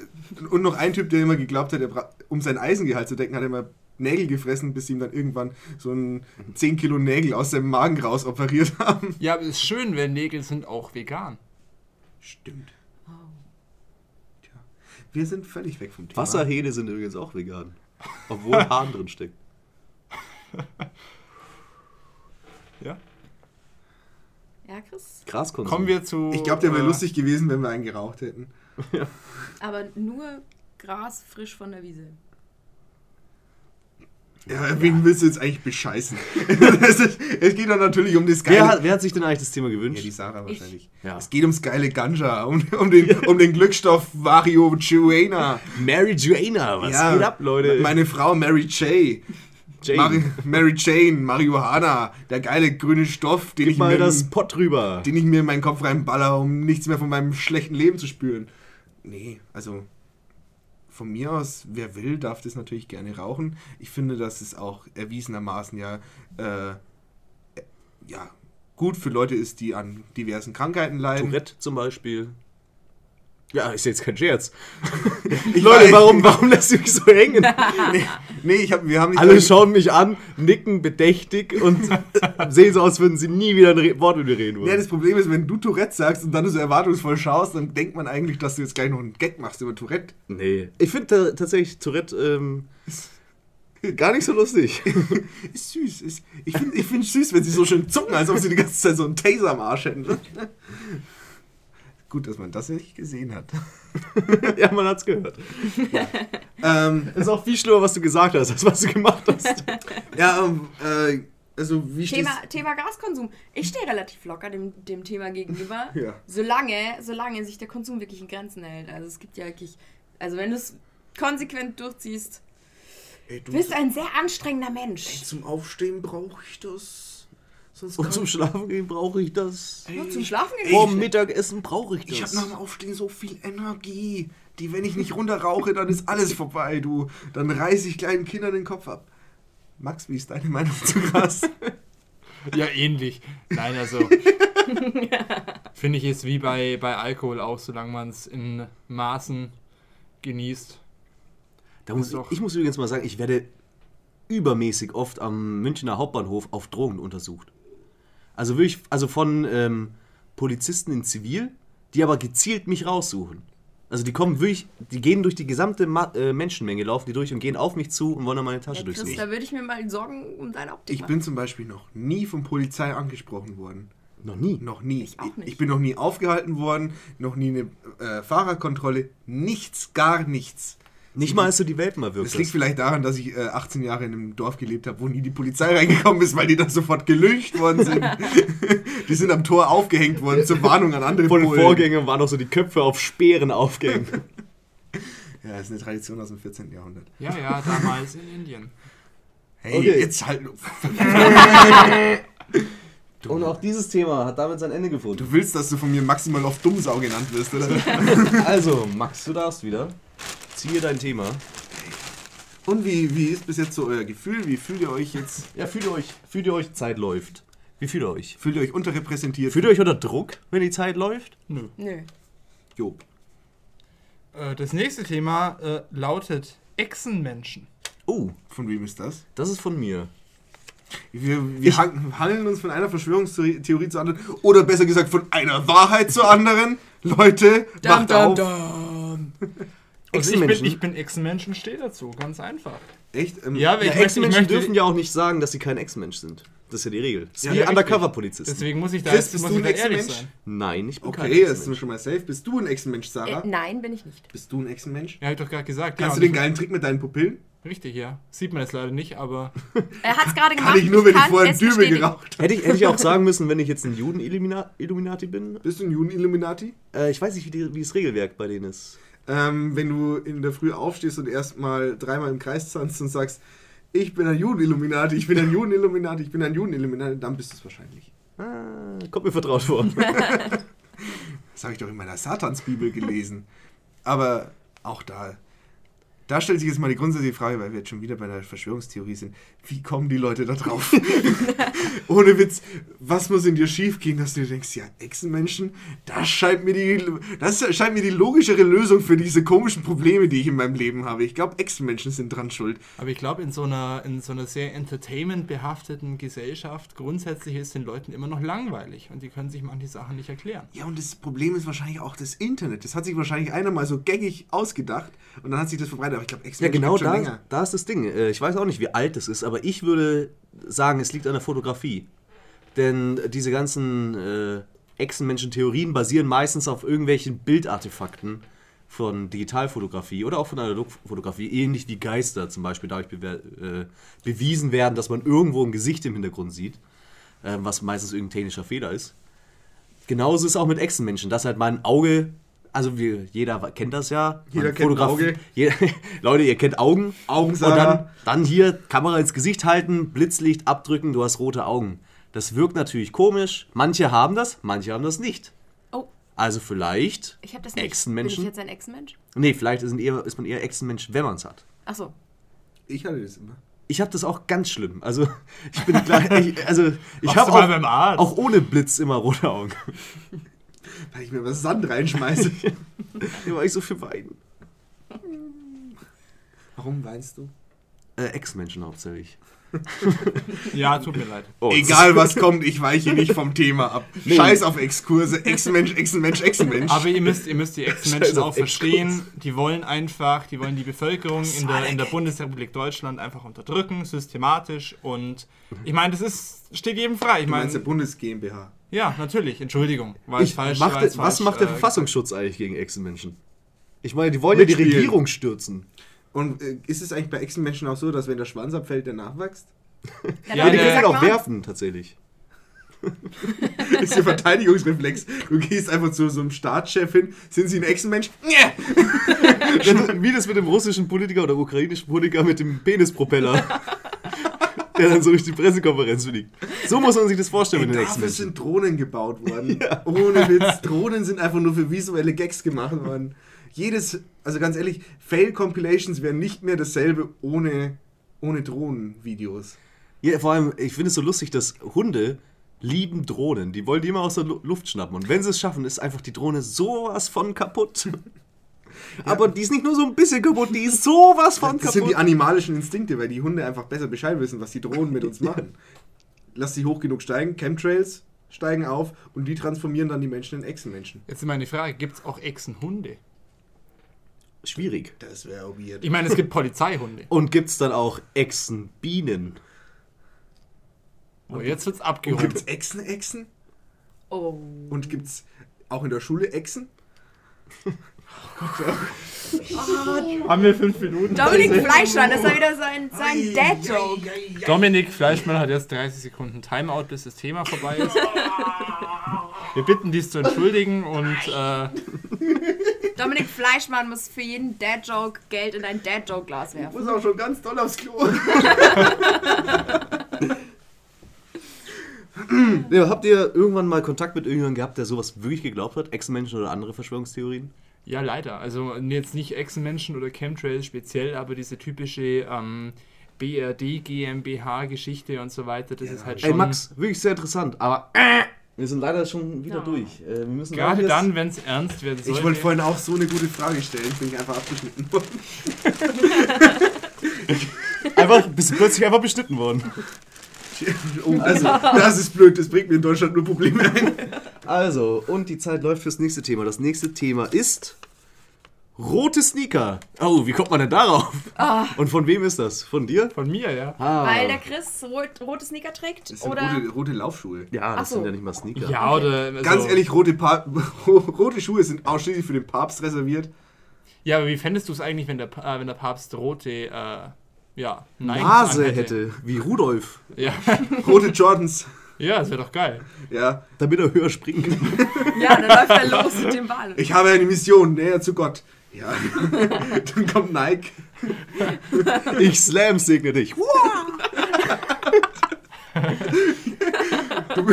Speaker 1: und noch ein Typ, der immer geglaubt hat, er bra- um sein Eisengehalt zu decken, hat er immer Nägel gefressen, bis ihm dann irgendwann so ein 10 Kilo Nägel aus seinem Magen raus operiert haben.
Speaker 3: Ja, aber es ist schön, wenn Nägel sind auch vegan.
Speaker 1: Stimmt. Oh. Tja, wir sind völlig weg vom Thema.
Speaker 2: Wasserhähne sind übrigens auch vegan. Obwohl Hahn drin steckt.
Speaker 3: Ja.
Speaker 4: Ja, Chris.
Speaker 2: Graskonsum.
Speaker 3: Kommen wir zu.
Speaker 1: Ich glaube, der wäre
Speaker 3: äh,
Speaker 1: lustig gewesen, wenn wir einen geraucht hätten.
Speaker 4: Aber nur Gras frisch von der Wiese.
Speaker 1: Ja, wen willst du jetzt eigentlich bescheißen? Das ist- es geht doch natürlich um das
Speaker 2: Wer
Speaker 1: geile.
Speaker 2: hat, wer hat sich denn eigentlich das Thema
Speaker 1: Ja,
Speaker 2: gewünscht?
Speaker 1: die Sarah wahrscheinlich.
Speaker 2: Ja.
Speaker 1: Es geht ums geile Ganja, um, um, den, um den Glückstoff Vario Juena.
Speaker 2: Mary Joanna, was geht ab, Leute?
Speaker 1: Meine Frau Mary J.
Speaker 2: Jane,
Speaker 1: Mari, Mary Jane, Marihuana, der geile grüne Stoff, den ich,
Speaker 2: gib mal
Speaker 1: mir,
Speaker 2: das Pott rüber.
Speaker 1: den ich mir in meinen Kopf reinballer, um nichts mehr von meinem schlechten Leben zu spüren. Nee, also von mir aus, wer will, darf das natürlich gerne rauchen. Ich finde, das ist auch erwiesenermaßen ja, äh, ja gut für Leute ist, die an diversen Krankheiten leiden.
Speaker 2: Tourette zum Beispiel. Ja, ist jetzt kein Scherz.
Speaker 1: Ich
Speaker 2: Leute,
Speaker 1: weiß-
Speaker 2: warum, warum lässt ihr mich so hängen?
Speaker 1: Nee, nee ich hab, wir haben nicht
Speaker 2: Alle schauen mich an, nicken bedächtig und sehen so aus, würden sie nie wieder ein Re Wort mit mir reden
Speaker 1: Ja,
Speaker 2: wollen.
Speaker 1: das Problem ist, wenn du Tourette sagst und dann so erwartungsvoll schaust, dann denkt man eigentlich, dass du jetzt gleich noch einen Gag machst über Tourette.
Speaker 2: nee. Ich finde tatsächlich Tourette ähm, gar nicht so lustig.
Speaker 1: Ist süß. Ist, ich finde ich find's süß, wenn sie so schön zucken, als ob sie die ganze Zeit so einen Taser am Arsch hätten. Gut, dass man das nicht gesehen hat.
Speaker 2: ja, man hat's gehört.
Speaker 1: Ähm,
Speaker 2: Das ist auch viel schlimmer, was du gesagt hast, als was du gemacht hast.
Speaker 1: ja, ähm, äh, also wie stehst
Speaker 4: Thema, Thema Gaskonsum. Ich stehe relativ locker dem, dem Thema gegenüber,
Speaker 1: Ja.
Speaker 4: solange, solange sich der Konsum wirklich in Grenzen hält. Also es gibt ja wirklich, also wenn du es konsequent durchziehst,
Speaker 1: Ey, du?
Speaker 4: du bist ein sehr anstrengender Mensch.
Speaker 1: Zum Aufstehen brauche ich das. Sonst
Speaker 2: Und zum Schlafen gehen brauche ich das.
Speaker 4: Nur zum Schlafen
Speaker 2: Vor
Speaker 4: gegangen.
Speaker 2: dem Mittagessen brauche ich das.
Speaker 1: Ich habe nach dem Aufstehen so viel Energie, die, wenn ich nicht runterrauche, dann ist alles vorbei, du. Dann reiße ich kleinen Kindern den Kopf ab. Max, wie ist deine Meinung zu Gras?
Speaker 3: Ja, ähnlich. Nein, also. Finde ich es wie bei, bei Alkohol auch, solange man es in Maßen genießt.
Speaker 2: Da muss,
Speaker 3: Ist doch-
Speaker 2: ich muss übrigens mal sagen, ich werde übermäßig oft am Münchner Hauptbahnhof auf Drogen untersucht. Also wirklich, also von ähm, Polizisten in Zivil, die aber gezielt mich raussuchen. Also die kommen wirklich, die gehen durch die gesamte Ma äh, Menschenmenge, laufen die durch und gehen auf mich zu und wollen dann meine Tasche
Speaker 4: Ja, Chris,
Speaker 2: durchsuchen.
Speaker 4: da würde ich mir mal Sorgen um deine Optik
Speaker 1: Ich
Speaker 4: machen.
Speaker 1: bin zum Beispiel noch nie von Polizei angesprochen worden.
Speaker 2: Noch nie.
Speaker 1: Noch nie.
Speaker 4: Ich auch nicht.
Speaker 1: ich bin noch nie aufgehalten worden, noch nie eine äh, Fahrerkontrolle. Nichts, gar nichts.
Speaker 2: Nicht mal, als du die Welpen
Speaker 1: Das
Speaker 2: erwürgst.
Speaker 1: liegt
Speaker 2: hast.
Speaker 1: vielleicht daran, dass ich äh, 18 Jahre in einem Dorf gelebt habe, wo nie die Polizei reingekommen ist, weil die da sofort gelüncht worden sind. die sind am Tor aufgehängt worden zur Warnung an andere
Speaker 2: Vor den
Speaker 1: Polen.
Speaker 2: Vorgängern waren noch so die Köpfe auf Speeren aufgehängt.
Speaker 1: Ja, das ist eine Tradition aus dem 14. Jahrhundert.
Speaker 3: Ja, ja, damals in Indien.
Speaker 1: Hey,
Speaker 2: Okay.
Speaker 1: jetzt halt.
Speaker 2: Und auch dieses Thema hat damit sein Ende gefunden.
Speaker 1: Du willst, dass du von mir maximal auf Dummsau genannt wirst, oder?
Speaker 2: Also, Max, du darfst wieder. Ziehe dein Thema.
Speaker 1: Und wie, wie ist bis jetzt so euer Gefühl? Wie fühlt ihr euch jetzt?
Speaker 2: Ja, fühlt ihr euch, fühlt ihr euch, Zeit läuft. Wie fühlt ihr euch?
Speaker 1: Fühlt ihr euch unterrepräsentiert?
Speaker 2: Fühlt ihr euch unter Druck, wenn die Zeit läuft?
Speaker 3: Nö.
Speaker 4: Nö.
Speaker 1: Jo.
Speaker 3: Äh, das nächste Thema äh, lautet Echsenmenschen.
Speaker 2: Oh,
Speaker 1: Von wem ist das?
Speaker 2: das ist von mir.
Speaker 1: Wir, wir hang- hangeln uns von einer Verschwörungstheorie Theorie zur anderen oder besser gesagt von einer Wahrheit zur anderen. Leute,
Speaker 4: Dam,
Speaker 1: wacht
Speaker 4: dam,
Speaker 1: auf.
Speaker 4: dam.
Speaker 3: Also ich bin,
Speaker 2: Echsenmenschen?
Speaker 3: ich bin Echsenmensch und stehe dazu, ganz einfach.
Speaker 1: Echt? Ähm,
Speaker 3: Ja,
Speaker 2: Ja,
Speaker 3: ich möchte, ich
Speaker 2: Ex-Menschen
Speaker 3: möchte
Speaker 2: dürfen ja auch nicht sagen, dass sie kein Ex-Mensch sind. Das ist ja die Regel. Das ist
Speaker 3: Ja,
Speaker 2: wie
Speaker 3: ja, richtig.
Speaker 2: Undercover-Polizisten.
Speaker 3: Deswegen muss ich da,
Speaker 1: Chris,
Speaker 3: jetzt,
Speaker 1: bist
Speaker 3: muss
Speaker 1: du
Speaker 3: ich da
Speaker 1: ein
Speaker 3: ehrlich
Speaker 1: Echsenmensch?
Speaker 3: sein.
Speaker 2: Nein, ich bin kein
Speaker 1: Okay, jetzt sind wir
Speaker 2: Ex-Mensch.
Speaker 1: schon mal safe. Bist du ein Ex-Mensch,
Speaker 4: Äh,
Speaker 1: Sarah?
Speaker 4: nein, bin ich nicht.
Speaker 1: Bist du ein Ex-Mensch?
Speaker 3: Ja, hab ich doch gerade gesagt.
Speaker 1: Kannst
Speaker 3: ja,
Speaker 1: du den
Speaker 3: und
Speaker 1: geilen Trick mit deinen Pupillen?
Speaker 3: ich- Richtig, ja. Sieht man jetzt leider nicht, aber
Speaker 4: Er hat es gerade gemacht.
Speaker 1: Kann ich nur, wenn ich
Speaker 4: kann
Speaker 1: vorher
Speaker 4: es
Speaker 1: einen Dübel
Speaker 4: bestätigen.
Speaker 1: geraucht habe.
Speaker 2: Hätte ich, hätte ich auch sagen müssen, wenn ich jetzt ein Juden-Illuminati bin.
Speaker 1: Bist du ein Juden-Illuminati?
Speaker 2: Äh, ich weiß nicht, wie, die, wie das Regelwerk bei denen ist.
Speaker 1: Ähm, wenn du in der Früh aufstehst und erstmal dreimal im Kreis tanzt und sagst, ich bin ein Juden-Illuminati, ich bin ein Juden-Illuminati, ich bin
Speaker 2: Äh,
Speaker 1: ein Juden-Illuminati, dann bist du es wahrscheinlich.
Speaker 2: Ah, kommt mir vertraut vor.
Speaker 1: Das habe ich doch in meiner Satansbibel gelesen. Aber auch da, da stellt sich jetzt mal die grundsätzliche Frage, weil wir jetzt schon wieder bei einer Verschwörungstheorie sind. Wie kommen die Leute da drauf? Ohne Witz, was muss in dir schiefgehen, dass du dir denkst, ja, Echsenmenschen, das scheint mir die, das scheint mir die logischere Lösung für diese komischen Probleme, die ich in meinem Leben habe. Ich glaube, Echsenmenschen sind dran schuld.
Speaker 3: Aber ich glaube, in, so einer- in so einer sehr entertainment-behafteten Gesellschaft grundsätzlich ist den Leuten immer noch langweilig und die können sich manche Sachen nicht erklären.
Speaker 1: Ja, und das Problem ist wahrscheinlich auch das Internet. Das hat sich wahrscheinlich einer mal so gaggig ausgedacht und dann hat sich das verbreitet. Aber ich glaube,
Speaker 2: Ja,
Speaker 1: Echsenmenschen
Speaker 2: genau
Speaker 1: gibt's schon
Speaker 2: da, da ist das Ding. Äh, Ich weiß auch nicht, wie alt es ist, aber ich würde sagen, es liegt an der Fotografie. Denn diese ganzen äh, Echsenmenschen-Theorien basieren meistens auf irgendwelchen Bildartefakten von Digitalfotografie oder auch von Analogfotografie, ähnlich wie Geister zum Beispiel dadurch bewer- äh, bewiesen werden, dass man irgendwo ein Gesicht im Hintergrund sieht, äh, was meistens irgendein technischer Fehler ist. Genauso ist auch mit Echsenmenschen, dass halt mein Auge, also wir, jeder kennt das ja.
Speaker 1: Jeder
Speaker 2: man
Speaker 1: kennt ein
Speaker 2: fotografiert-
Speaker 1: Auge.
Speaker 2: jeder, Leute, ihr kennt Augen.
Speaker 1: Augen,
Speaker 2: Und
Speaker 1: Sarah.
Speaker 2: dann, dann hier Kamera ins Gesicht halten, Blitzlicht abdrücken, du hast rote Augen. Das wirkt natürlich komisch. Manche haben das, manche haben das nicht.
Speaker 4: Oh,
Speaker 2: Also vielleicht
Speaker 4: ich habe das nicht. Bin
Speaker 2: Echsenmenschen.
Speaker 4: ich jetzt ein Echsenmensch?
Speaker 2: Nee, vielleicht ist, eher, ist man eher Echsenmensch, wenn man es hat.
Speaker 4: Achso.
Speaker 1: Ich hatte das immer.
Speaker 2: Ich habe das auch ganz schlimm. Also ich bin klar, ich, also ich habe
Speaker 3: Warst du mal
Speaker 2: auch,
Speaker 3: beim Arzt?
Speaker 2: auch ohne Blitz immer rote Augen.
Speaker 1: Weil ich mir was Sand reinschmeiße.
Speaker 2: Immer ich so für Weiden.
Speaker 1: Warum weinst du?
Speaker 2: Äh, Ex-Menschen hauptsächlich.
Speaker 3: Ja, tut mir leid.
Speaker 2: Oh,
Speaker 1: Egal was kommt, ich weiche nicht vom Thema ab.
Speaker 2: Nee.
Speaker 1: Scheiß auf Exkurse, Echsenmensch, Echsenmensch, Echsenmensch.
Speaker 3: Aber ihr müsst, ihr müsst die
Speaker 2: Scheiß
Speaker 3: Ex-Menschen
Speaker 2: auf
Speaker 3: auch verstehen. Die wollen einfach, die wollen die Bevölkerung in der, in der Bundesrepublik Deutschland einfach unterdrücken, systematisch. Und ich meine, das ist, steht jedem frei. Ich
Speaker 1: du meinst der
Speaker 3: meine,
Speaker 1: Bundes GmbH.
Speaker 3: ja, natürlich. Entschuldigung. War
Speaker 2: Ich,
Speaker 3: ich falsch.
Speaker 2: macht,
Speaker 3: war
Speaker 2: was
Speaker 3: jetzt falsch,
Speaker 2: macht der
Speaker 3: äh,
Speaker 2: Verfassungsschutz eigentlich gegen Echsenmenschen? Ich meine, die wollen ja die
Speaker 1: Mitspielen.
Speaker 2: Regierung stürzen.
Speaker 1: Und äh, ist es eigentlich bei Echsenmenschen auch so, dass wenn der Schwanz abfällt, der nachwächst?
Speaker 2: Ja, die
Speaker 3: der-
Speaker 2: können
Speaker 4: sag
Speaker 2: auch
Speaker 4: mal.
Speaker 2: werfen, tatsächlich.
Speaker 1: Das ist der Verteidigungsreflex. Du gehst einfach zu so einem Staatschef hin. Sind sie ein Echsenmensch?
Speaker 2: Wenn- Wie das mit dem russischen Politiker oder ukrainischen Politiker mit dem Penispropeller, der dann so durch die Pressekonferenz fliegt. So muss man sich das vorstellen mit den
Speaker 1: Dafür
Speaker 2: Echsenmenschen.
Speaker 1: sind Drohnen gebaut worden. Ohne Witz. Drohnen sind einfach nur für visuelle Gags gemacht worden. Jedes, also ganz ehrlich, Fail-Compilations wären nicht mehr dasselbe ohne, ohne Drohnen-Videos.
Speaker 2: Ja, vor allem, ich finde es so lustig, dass Hunde lieben Drohnen. Die wollen die immer aus der Lu- Luft schnappen. Und wenn sie es schaffen, ist einfach die Drohne sowas von kaputt. Aber die ist nicht nur so ein bisschen kaputt, die ist sowas von
Speaker 1: Das sind
Speaker 2: kaputt.
Speaker 1: die animalischen Instinkte, weil die Hunde einfach besser Bescheid wissen, was die Drohnen mit uns machen. Lass sie hoch genug steigen, Chemtrails steigen auf und die transformieren dann die Menschen in Echsenmenschen.
Speaker 3: Jetzt ist meine Frage: gibt es auch Echsenhunde?
Speaker 2: Schwierig.
Speaker 1: Das wäre weird.
Speaker 3: Ich meine, es gibt Polizeihunde.
Speaker 2: Und gibt's dann auch Echsenbienen?
Speaker 3: Oh, jetzt wird's
Speaker 1: Und gibt's
Speaker 3: abgehoben.
Speaker 1: Echsen-Echsen?
Speaker 4: Oh.
Speaker 1: Und gibt's auch in der Schule Echsen?
Speaker 3: Haben wir fünf Minuten?
Speaker 4: Dominik Fleischmann, das war wieder sein, sein Dad-Joke.
Speaker 3: Dominik Fleischmann hat jetzt 30 Sekunden Timeout, bis das Thema vorbei ist. Wir bitten dies zu entschuldigen und äh,
Speaker 4: Dominik Fleischmann muss für jeden Dad-Joke Geld in ein Dad-Joke-Glas werfen.
Speaker 1: Muss auch schon ganz doll aufs Klo.
Speaker 2: Ja, habt ihr irgendwann mal Kontakt mit irgendjemandem gehabt, der sowas wirklich geglaubt hat? Ex-Menschen oder andere Verschwörungstheorien?
Speaker 3: ja, leider. Also jetzt nicht Echsenmenschen oder Chemtrails speziell, aber diese typische ähm, BRD, GmbH-Geschichte und so weiter, das ist halt schon.
Speaker 2: Ey, Max, wirklich sehr interessant, aber äh, wir sind leider schon wieder
Speaker 4: Ja.
Speaker 2: durch. Äh, wir müssen
Speaker 3: Gerade
Speaker 2: leider
Speaker 3: dann,
Speaker 2: jetzt-
Speaker 3: wenn es ernst werden sollte.
Speaker 1: Ich wollte vorhin auch so eine gute Frage stellen, bin ich einfach abgeschnitten worden.
Speaker 2: Einfach, bist du plötzlich einfach beschnitten worden.
Speaker 1: Oh, also, das ist blöd, das bringt mir in Deutschland nur Probleme ein.
Speaker 2: Also, und die Zeit läuft fürs nächste Thema. Das nächste Thema ist rote Sneaker. Oh, wie kommt man denn darauf? Und von wem ist das? Von dir?
Speaker 3: Von mir, ja.
Speaker 2: Ah.
Speaker 4: Ah. Weil der Chris rot, rote Sneaker trägt?
Speaker 1: Das sind
Speaker 4: Oder?
Speaker 1: rote, rote Laufschuhe.
Speaker 2: ja,
Speaker 4: Ach
Speaker 2: das
Speaker 4: so.
Speaker 2: sind ja nicht mal Sneaker.
Speaker 3: Ja, oder. Also,
Speaker 1: Ganz ehrlich, rote, pa rote Schuhe sind ausschließlich für den Papst reserviert.
Speaker 3: Ja, aber wie fändest du es eigentlich, wenn der, Pa- äh, wenn der Papst rote. Äh, ja, Nikes
Speaker 2: Nase
Speaker 3: anhätte?
Speaker 2: hätte, wie Rudolf,
Speaker 3: Ja,
Speaker 1: Rote Jordans.
Speaker 3: ja das wäre doch geil.
Speaker 1: Ja,
Speaker 2: damit er höher springen kann.
Speaker 4: Ja, dann läuft er los mit dem Ball.
Speaker 1: ich habe eine Mission, näher zu Gott. Ja, dann kommt Nike.
Speaker 2: Ich slam segne dich. Wow.
Speaker 1: Du,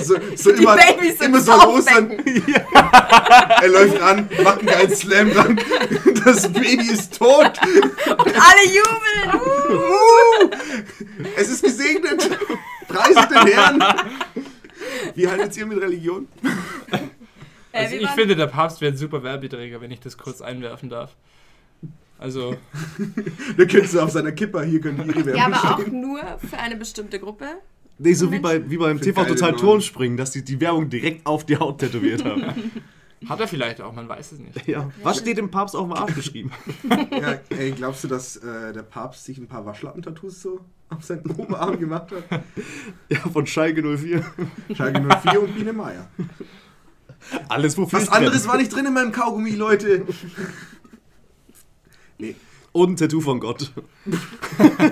Speaker 1: so, so
Speaker 4: Die
Speaker 1: immer,
Speaker 4: Babys sind
Speaker 1: immer so
Speaker 4: drauf
Speaker 1: los dann. Er läuft ran, macht einen geilen Slam dann. Das Baby ist tot.
Speaker 4: Und alle jubeln. Uh.
Speaker 1: Uh, es ist gesegnet. Preiset den Herrn. Wie haltet ihr mit Religion?
Speaker 4: Äh,
Speaker 3: Also
Speaker 4: wir
Speaker 3: ich
Speaker 4: waren-
Speaker 3: finde, der Papst wäre ein super Werbeträger, wenn ich das kurz einwerfen darf. Also,
Speaker 1: Da könntest du auf seiner Kippa hier können die ihre
Speaker 4: ja,
Speaker 1: Werbung
Speaker 4: aber auch
Speaker 1: stehen.
Speaker 4: nur für eine bestimmte Gruppe.
Speaker 2: Nee, so wie, bei, wie beim
Speaker 1: Für
Speaker 2: TV
Speaker 1: geile
Speaker 2: Total
Speaker 1: Leute.
Speaker 2: Turnspringen, dass die die Werbung direkt auf die Haut tätowiert haben.
Speaker 3: hat er vielleicht auch, man weiß es nicht.
Speaker 2: ja. Was steht dem Papst auf dem Arsch geschrieben?
Speaker 1: Ja, ey, glaubst du, dass äh, der Papst sich ein paar Waschlappen-Tattoos so auf seinen Oberarm gemacht hat?
Speaker 2: ja, von Schalke 04.
Speaker 1: Schalke 04 und Biene Meier.
Speaker 2: Alles, wofür
Speaker 1: Was
Speaker 2: ich brenne.
Speaker 1: anderes war nicht drin in meinem Kaugummi, Leute.
Speaker 2: Und ein Tattoo von Gott.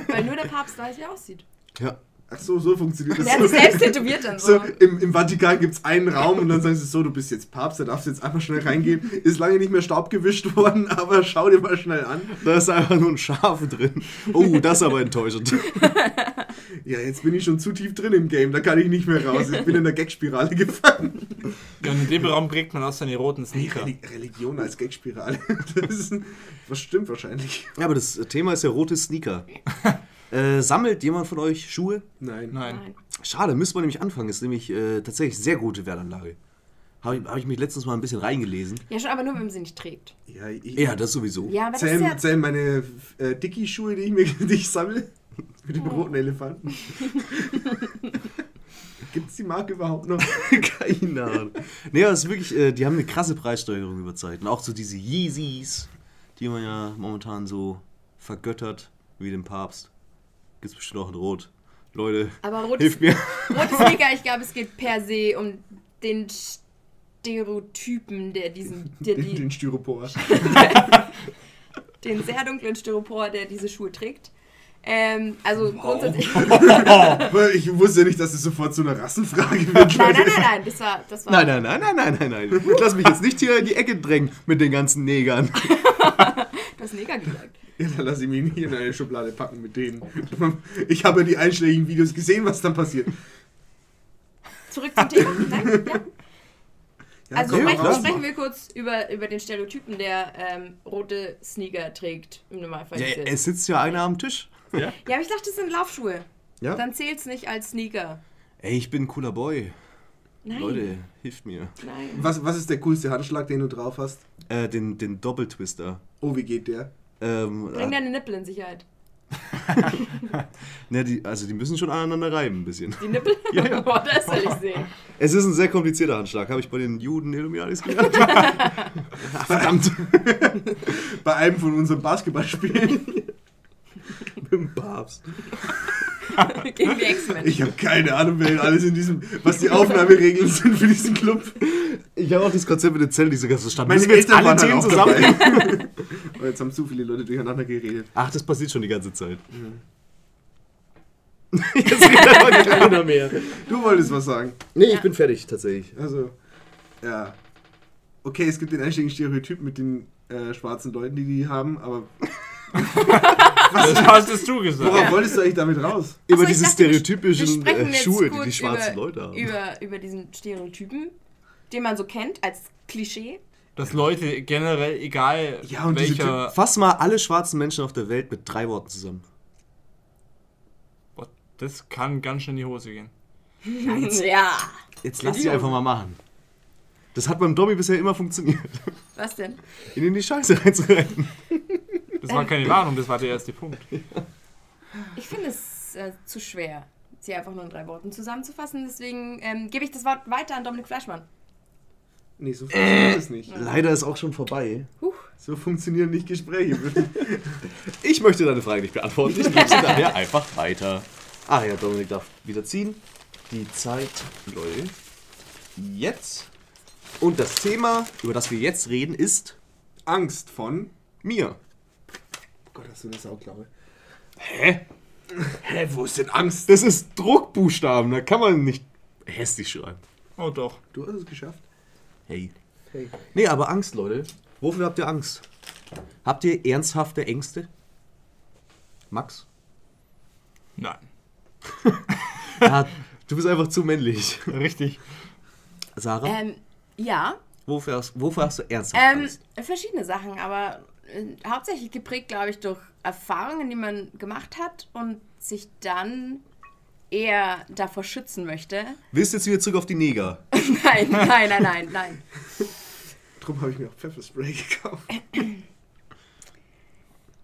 Speaker 4: Weil nur der Papst weiß, wie er aussieht.
Speaker 2: Ja.
Speaker 1: Ach so, so funktioniert das.
Speaker 4: Der hat
Speaker 1: so.
Speaker 4: sich selbst tätowiert dann
Speaker 1: So,
Speaker 4: so.
Speaker 1: im, Im Vatikan gibt es einen Raum und dann sagen sie so, du bist jetzt Papst, da darfst du jetzt einfach schnell reingehen. Ist lange nicht mehr Staub gewischt worden, aber schau dir mal schnell an.
Speaker 2: Da ist einfach nur ein Schaf drin. Oh, das ist aber enttäuschend.
Speaker 1: Ja, jetzt bin ich schon zu tief drin im Game, da kann ich nicht mehr raus. Ich bin in der Gagspirale gefangen.
Speaker 3: Ja, und in dem Raum kriegt man auch seine roten Sneaker.
Speaker 1: Reli- Religion als Gagspirale, das, ist, das stimmt wahrscheinlich.
Speaker 2: Ja, aber das Thema ist ja rote Sneaker. Äh, sammelt jemand von euch Schuhe?
Speaker 1: Nein.
Speaker 3: Nein.
Speaker 4: Nein.
Speaker 2: Schade, müsste man nämlich anfangen. Ist nämlich äh, tatsächlich sehr gute Wertanlage. Habe ich, hab ich mich letztens mal ein bisschen reingelesen.
Speaker 4: Ja, schon, aber nur, wenn man sie nicht trägt.
Speaker 1: Ja, ich
Speaker 2: Ja, das sowieso.
Speaker 4: Ja, aber das ist ja
Speaker 1: zähl, zähl meine äh, Dicky-Schuhe, die ich mir die ich sammle. Mit dem roten Elefanten. Gibt es die Marke überhaupt noch?
Speaker 2: Keine Ahnung. Nee, aber es ist wirklich, äh, die haben eine krasse Preissteigerung über Zeit. Und auch so diese Yeezys, die man ja momentan so vergöttert, wie den Papst. Gibt's bestimmt auch in Rot. Leute,
Speaker 4: Aber rotes,
Speaker 2: hilft mir.
Speaker 4: rotes Sneaker, ich glaube, es geht per se um den Stereotypen, der diesen, der
Speaker 1: Den,
Speaker 4: die,
Speaker 1: den Styropor.
Speaker 4: den sehr dunklen Styropor, der diese Schuhe trägt. Ähm, also grundsätzlich.
Speaker 1: Ich wusste nicht, dass es sofort zu einer Rassenfrage wird.
Speaker 4: Nein, nein, nein, nein, das war. Das war
Speaker 2: Nein, nein, nein, nein, nein, nein, nein. Lass mich jetzt nicht hier in die Ecke drängen mit den ganzen Negern.
Speaker 4: Du hast Neger gesagt.
Speaker 1: Ja, dann lass ich mich nicht in eine Schublade packen mit denen. Ich habe die einschlägigen Videos gesehen, was dann passiert.
Speaker 4: Zurück zum Thema. Nein, ja.
Speaker 1: Ja,
Speaker 4: Also
Speaker 1: komm,
Speaker 2: ja,
Speaker 4: sprechen,
Speaker 1: raus.
Speaker 4: sprechen wir kurz über, über den Stereotypen, der ähm, rote Sneaker trägt im Normalfall.
Speaker 2: Ja,
Speaker 4: Diese-
Speaker 2: es sitzt ja einer am Tisch.
Speaker 4: ja, aber ich dachte, das sind Laufschuhe.
Speaker 2: Ja.
Speaker 4: Dann zählt's nicht als Sneaker.
Speaker 2: Ey, ich bin ein cooler Boy.
Speaker 4: Nein,
Speaker 2: Leute, hilft mir.
Speaker 4: nein.
Speaker 1: Was, was ist der coolste Handschlag, den du drauf hast?
Speaker 2: Äh, den, den Doppeltwister.
Speaker 1: Oh, wie geht der?
Speaker 2: Ähm,
Speaker 4: Bring
Speaker 2: äh,
Speaker 4: deine Nippel in Sicherheit.
Speaker 2: ne, die, also die müssen schon aneinander reiben ein bisschen.
Speaker 4: Die Nippel?
Speaker 2: Ja, ja.
Speaker 4: Boah, das soll ich sehen.
Speaker 2: Es ist ein sehr komplizierter Handschlag, habe ich bei den Juden Illuminatis gelernt. Verdammt.
Speaker 1: Bei einem von unseren Basketballspielen.
Speaker 2: Mit dem Papst.
Speaker 4: Gegen die X-Men.
Speaker 1: Ich habe keine Ahnung, wer alles in diesem, was die Aufnahmeregeln sind für diesen Club.
Speaker 2: Ich habe auch das Konzept mit den Zellen nicht so ganz verstanden.
Speaker 1: Meine
Speaker 2: Müssen wir jetzt
Speaker 1: Eltern waren
Speaker 2: alle Themen
Speaker 1: dann auch dabei.
Speaker 2: zusammen.
Speaker 1: Aber jetzt haben zu viele Leute durcheinander geredet.
Speaker 2: Ach, das passiert schon die ganze Zeit. Jetzt redet aber keiner mehr.
Speaker 1: Du wolltest was sagen.
Speaker 2: Nee, ich bin fertig tatsächlich.
Speaker 1: Also, ja. Okay, es gibt den einschlägigen Stereotyp mit den äh, schwarzen Leuten, die die haben, aber
Speaker 3: Das hast du gesagt.
Speaker 1: worauf wolltest du eigentlich damit raus?
Speaker 2: Über
Speaker 4: Achso, ich
Speaker 2: diese
Speaker 4: dachte, wir- wir
Speaker 2: stereotypischen
Speaker 4: sprechen
Speaker 2: äh,
Speaker 4: jetzt
Speaker 2: Schuhe, die
Speaker 4: kurz
Speaker 2: die schwarzen
Speaker 4: über,
Speaker 2: Leute haben.
Speaker 4: Über, über diesen Stereotypen, den man so kennt als Klischee.
Speaker 3: Dass Leute generell, egal
Speaker 1: Ja, und diese
Speaker 3: welcher.
Speaker 2: Fass mal alle schwarzen Menschen auf der Welt mit drei Worten zusammen.
Speaker 3: Boah, das kann ganz schön in die Hose gehen.
Speaker 4: Ja.
Speaker 2: Jetzt lass sie einfach mal machen. Das hat beim Dobby bisher immer funktioniert.
Speaker 4: Was denn?
Speaker 2: Ihn in die Scheiße reinzureiten.
Speaker 3: Das war keine Warnung, das war der erste Punkt.
Speaker 4: Ich finde es äh, zu schwer, sie einfach nur in drei Worten zusammenzufassen. Deswegen ähm, gebe ich das Wort weiter an Dominik Fleischmann.
Speaker 1: Nee, so funktioniert es nicht.
Speaker 2: Leider ist auch schon vorbei.
Speaker 4: Huch.
Speaker 1: So funktionieren nicht Gespräche.
Speaker 2: Ich möchte deine Frage nicht beantworten. Ich gebe sie daher einfach weiter. Ah ja, Dominik darf wieder ziehen. Die Zeit läuft jetzt. Und das Thema, über das wir jetzt reden, ist
Speaker 1: Angst von.
Speaker 2: mir.
Speaker 1: Oh Gott, hast du eine Sauklaue.
Speaker 2: Hä?
Speaker 1: Hä, wo ist denn Angst?
Speaker 2: Das ist Druckbuchstaben, da kann man nicht hässlich schreiben.
Speaker 3: Oh doch.
Speaker 1: Du hast es geschafft.
Speaker 2: Hey.
Speaker 1: Hey.
Speaker 2: Nee, aber Angst, Leute. Wofür habt ihr Angst? Habt ihr ernsthafte Ängste? Max?
Speaker 3: Nein.
Speaker 2: Ja, Du bist einfach zu männlich.
Speaker 3: Richtig.
Speaker 2: Sarah,
Speaker 4: Ähm, ja,
Speaker 2: wofür, hast, wofür hast du ernsthaft
Speaker 4: ähm,
Speaker 2: Angst?
Speaker 4: verschiedene Sachen, aber äh, hauptsächlich geprägt, glaube ich, durch Erfahrungen, die man gemacht hat und sich dann eher davor schützen möchte.
Speaker 2: Willst du jetzt wieder zurück auf die Neger?
Speaker 4: nein, nein, nein, nein, nein.
Speaker 1: Drum habe ich mir auch Pfefferspray gekauft.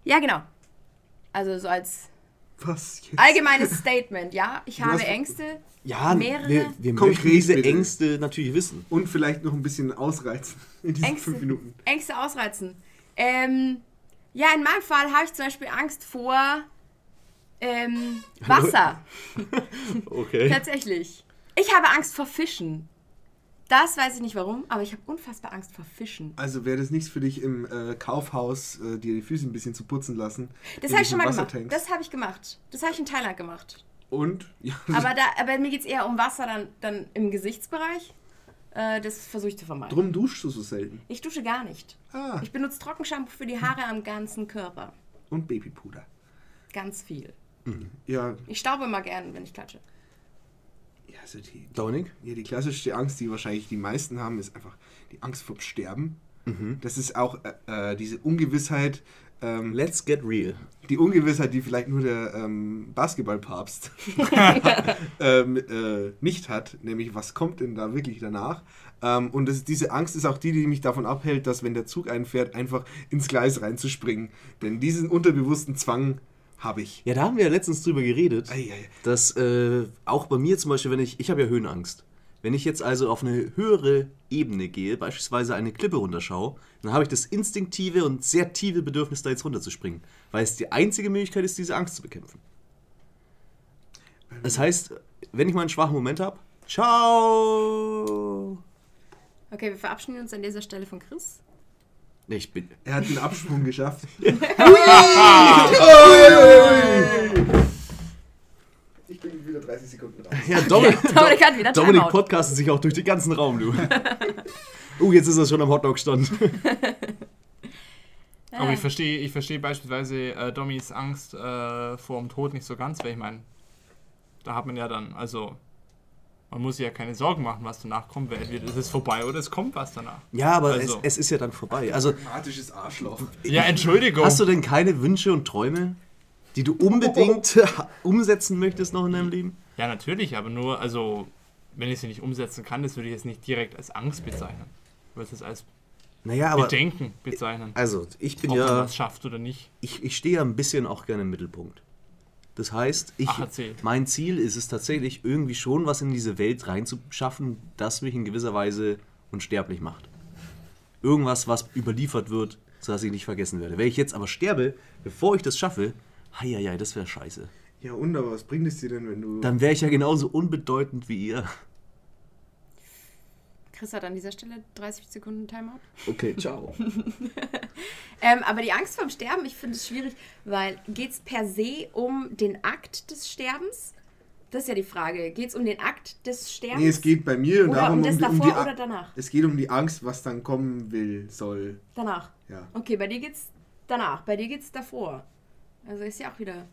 Speaker 4: Ja, genau. Also so als
Speaker 1: Was jetzt?
Speaker 4: allgemeines Statement, ja. Ich habe
Speaker 1: hast-
Speaker 4: Ängste.
Speaker 2: Ja,
Speaker 4: Mehrere?
Speaker 2: wir, wir
Speaker 1: Konkret
Speaker 2: möchten diese
Speaker 1: bitte.
Speaker 2: Ängste natürlich wissen.
Speaker 1: Und vielleicht noch ein bisschen ausreizen in diesen
Speaker 4: Ängste,
Speaker 1: fünf Minuten.
Speaker 4: Ängste ausreizen. Ähm, ja, in meinem Fall habe ich zum Beispiel Angst vor ähm, Wasser.
Speaker 2: Okay.
Speaker 4: Tatsächlich. Ich habe Angst vor Fischen. Das weiß ich nicht warum, aber ich habe unfassbar Angst vor Fischen.
Speaker 1: Also wäre das nichts für dich im äh, Kaufhaus, äh, dir die Füße ein bisschen zu putzen lassen.
Speaker 4: Das
Speaker 1: in
Speaker 4: habe
Speaker 1: diesen
Speaker 4: ich schon mal gemacht.
Speaker 1: Wassertanks.
Speaker 4: Das habe ich gemacht. Das habe ich in Thailand gemacht.
Speaker 1: Und? Ja,
Speaker 4: Aber, da, aber mir geht es eher um Wasser dann, dann im Gesichtsbereich. Äh, das versuche ich zu vermeiden.
Speaker 1: drum duschst du so selten.
Speaker 4: Ich dusche gar nicht.
Speaker 1: Ah,
Speaker 4: Ich benutze Trockenshampoo für die Haare am ganzen Körper.
Speaker 1: und Babypuder.
Speaker 4: Ganz viel.
Speaker 1: Ja,
Speaker 4: Ich staube immer gern, wenn ich klatsche.
Speaker 1: ja, also die, die,
Speaker 2: Dominik?
Speaker 1: ja, die klassischste Angst, die wahrscheinlich die meisten haben, ist einfach die Angst vorm Sterben. Das ist auch äh, äh, diese Ungewissheit, ähm,
Speaker 2: Let's get real.
Speaker 1: die Ungewissheit, die vielleicht nur der ähm, Basketballpapst ähm, äh, nicht hat, nämlich was kommt denn da wirklich danach. Ähm, und das, diese Angst ist auch die, die mich davon abhält, dass wenn der Zug einfährt, einfach ins Gleis reinzuspringen. Denn diesen unterbewussten Zwang habe ich.
Speaker 2: Ja, da haben wir ja letztens drüber geredet,
Speaker 1: Ei, ei,
Speaker 2: dass äh, auch bei mir zum Beispiel, wenn ich, ich habe ja Höhenangst. Wenn ich jetzt also auf eine höhere Ebene gehe, beispielsweise eine Klippe runterschaue, dann habe ich das instinktive und sehr tiefe Bedürfnis, da jetzt runterzuspringen, weil es die einzige Möglichkeit ist, diese Angst zu bekämpfen. Das heißt, wenn ich mal einen schwachen Moment habe, ciao!
Speaker 4: Okay, wir verabschieden uns an dieser Stelle von Chris.
Speaker 2: Nee, Ich bin,
Speaker 1: Er hat den Absprung geschafft. Ich bin wieder 30 Sekunden raus.
Speaker 2: Ja, Dominik,
Speaker 4: Dominik hat wieder
Speaker 2: Dominik
Speaker 4: Timeout.
Speaker 2: podcastet sich auch durch den ganzen Raum, du. Uh, jetzt ist er schon am Hotdog-Stand.
Speaker 3: Aber ich verstehe ich verstehe beispielsweise äh, Dommys Angst äh, vor dem Tod nicht so ganz, weil ich meine, da hat man ja dann, also, man muss sich ja keine Sorgen machen, was danach kommt, weil entweder ist es vorbei oder es kommt was danach.
Speaker 2: Ja, aber
Speaker 3: Also.
Speaker 2: es, es ist ja dann vorbei. Also,
Speaker 1: Dramatisches Arschloch.
Speaker 3: Ja, Entschuldigung.
Speaker 2: hast du denn keine Wünsche und Träume, die du unbedingt
Speaker 3: Oh.
Speaker 2: umsetzen möchtest noch in deinem Leben?
Speaker 3: ja, natürlich, aber nur, also, wenn ich sie nicht umsetzen kann, das würde ich jetzt nicht direkt als Angst bezeichnen. Ich würde es als
Speaker 2: Naja, aber...
Speaker 3: Bedenken bezeichnen.
Speaker 2: Also, ich bin
Speaker 3: Ob man
Speaker 2: ja...
Speaker 3: das schafft oder nicht.
Speaker 2: Ich, ich stehe ja ein bisschen auch gerne im Mittelpunkt. Das heißt, ich,
Speaker 3: Ach, erzähl.
Speaker 2: mein Ziel ist es tatsächlich, irgendwie schon was in diese Welt reinzuschaffen, das mich in gewisser Weise unsterblich macht. Irgendwas, was überliefert wird, sodass ich nicht vergessen werde. Wenn ich jetzt aber sterbe, bevor ich das schaffe, heieiei, das wäre scheiße.
Speaker 1: Ja, und aber was bringt es dir denn, wenn du.
Speaker 2: Dann wäre ich ja genauso unbedeutend wie ihr.
Speaker 4: Chris hat an dieser Stelle 30 Sekunden Timeout.
Speaker 2: Okay, ciao.
Speaker 4: Ähm, aber die Angst vorm Sterben, ich finde es schwierig, weil geht es per se um den Akt des Sterbens? Das ist ja die Frage. Geht es um den Akt des Sterbens?
Speaker 1: nee, es geht bei mir
Speaker 4: Oder
Speaker 1: darum,
Speaker 4: um das
Speaker 1: die-
Speaker 4: davor
Speaker 1: die, A-
Speaker 4: oder danach?
Speaker 1: Es geht um die Angst, was dann kommen will, soll.
Speaker 4: Danach.
Speaker 1: Ja.
Speaker 4: Okay, bei dir geht's danach. Bei dir geht's davor. Also ist ja auch wieder.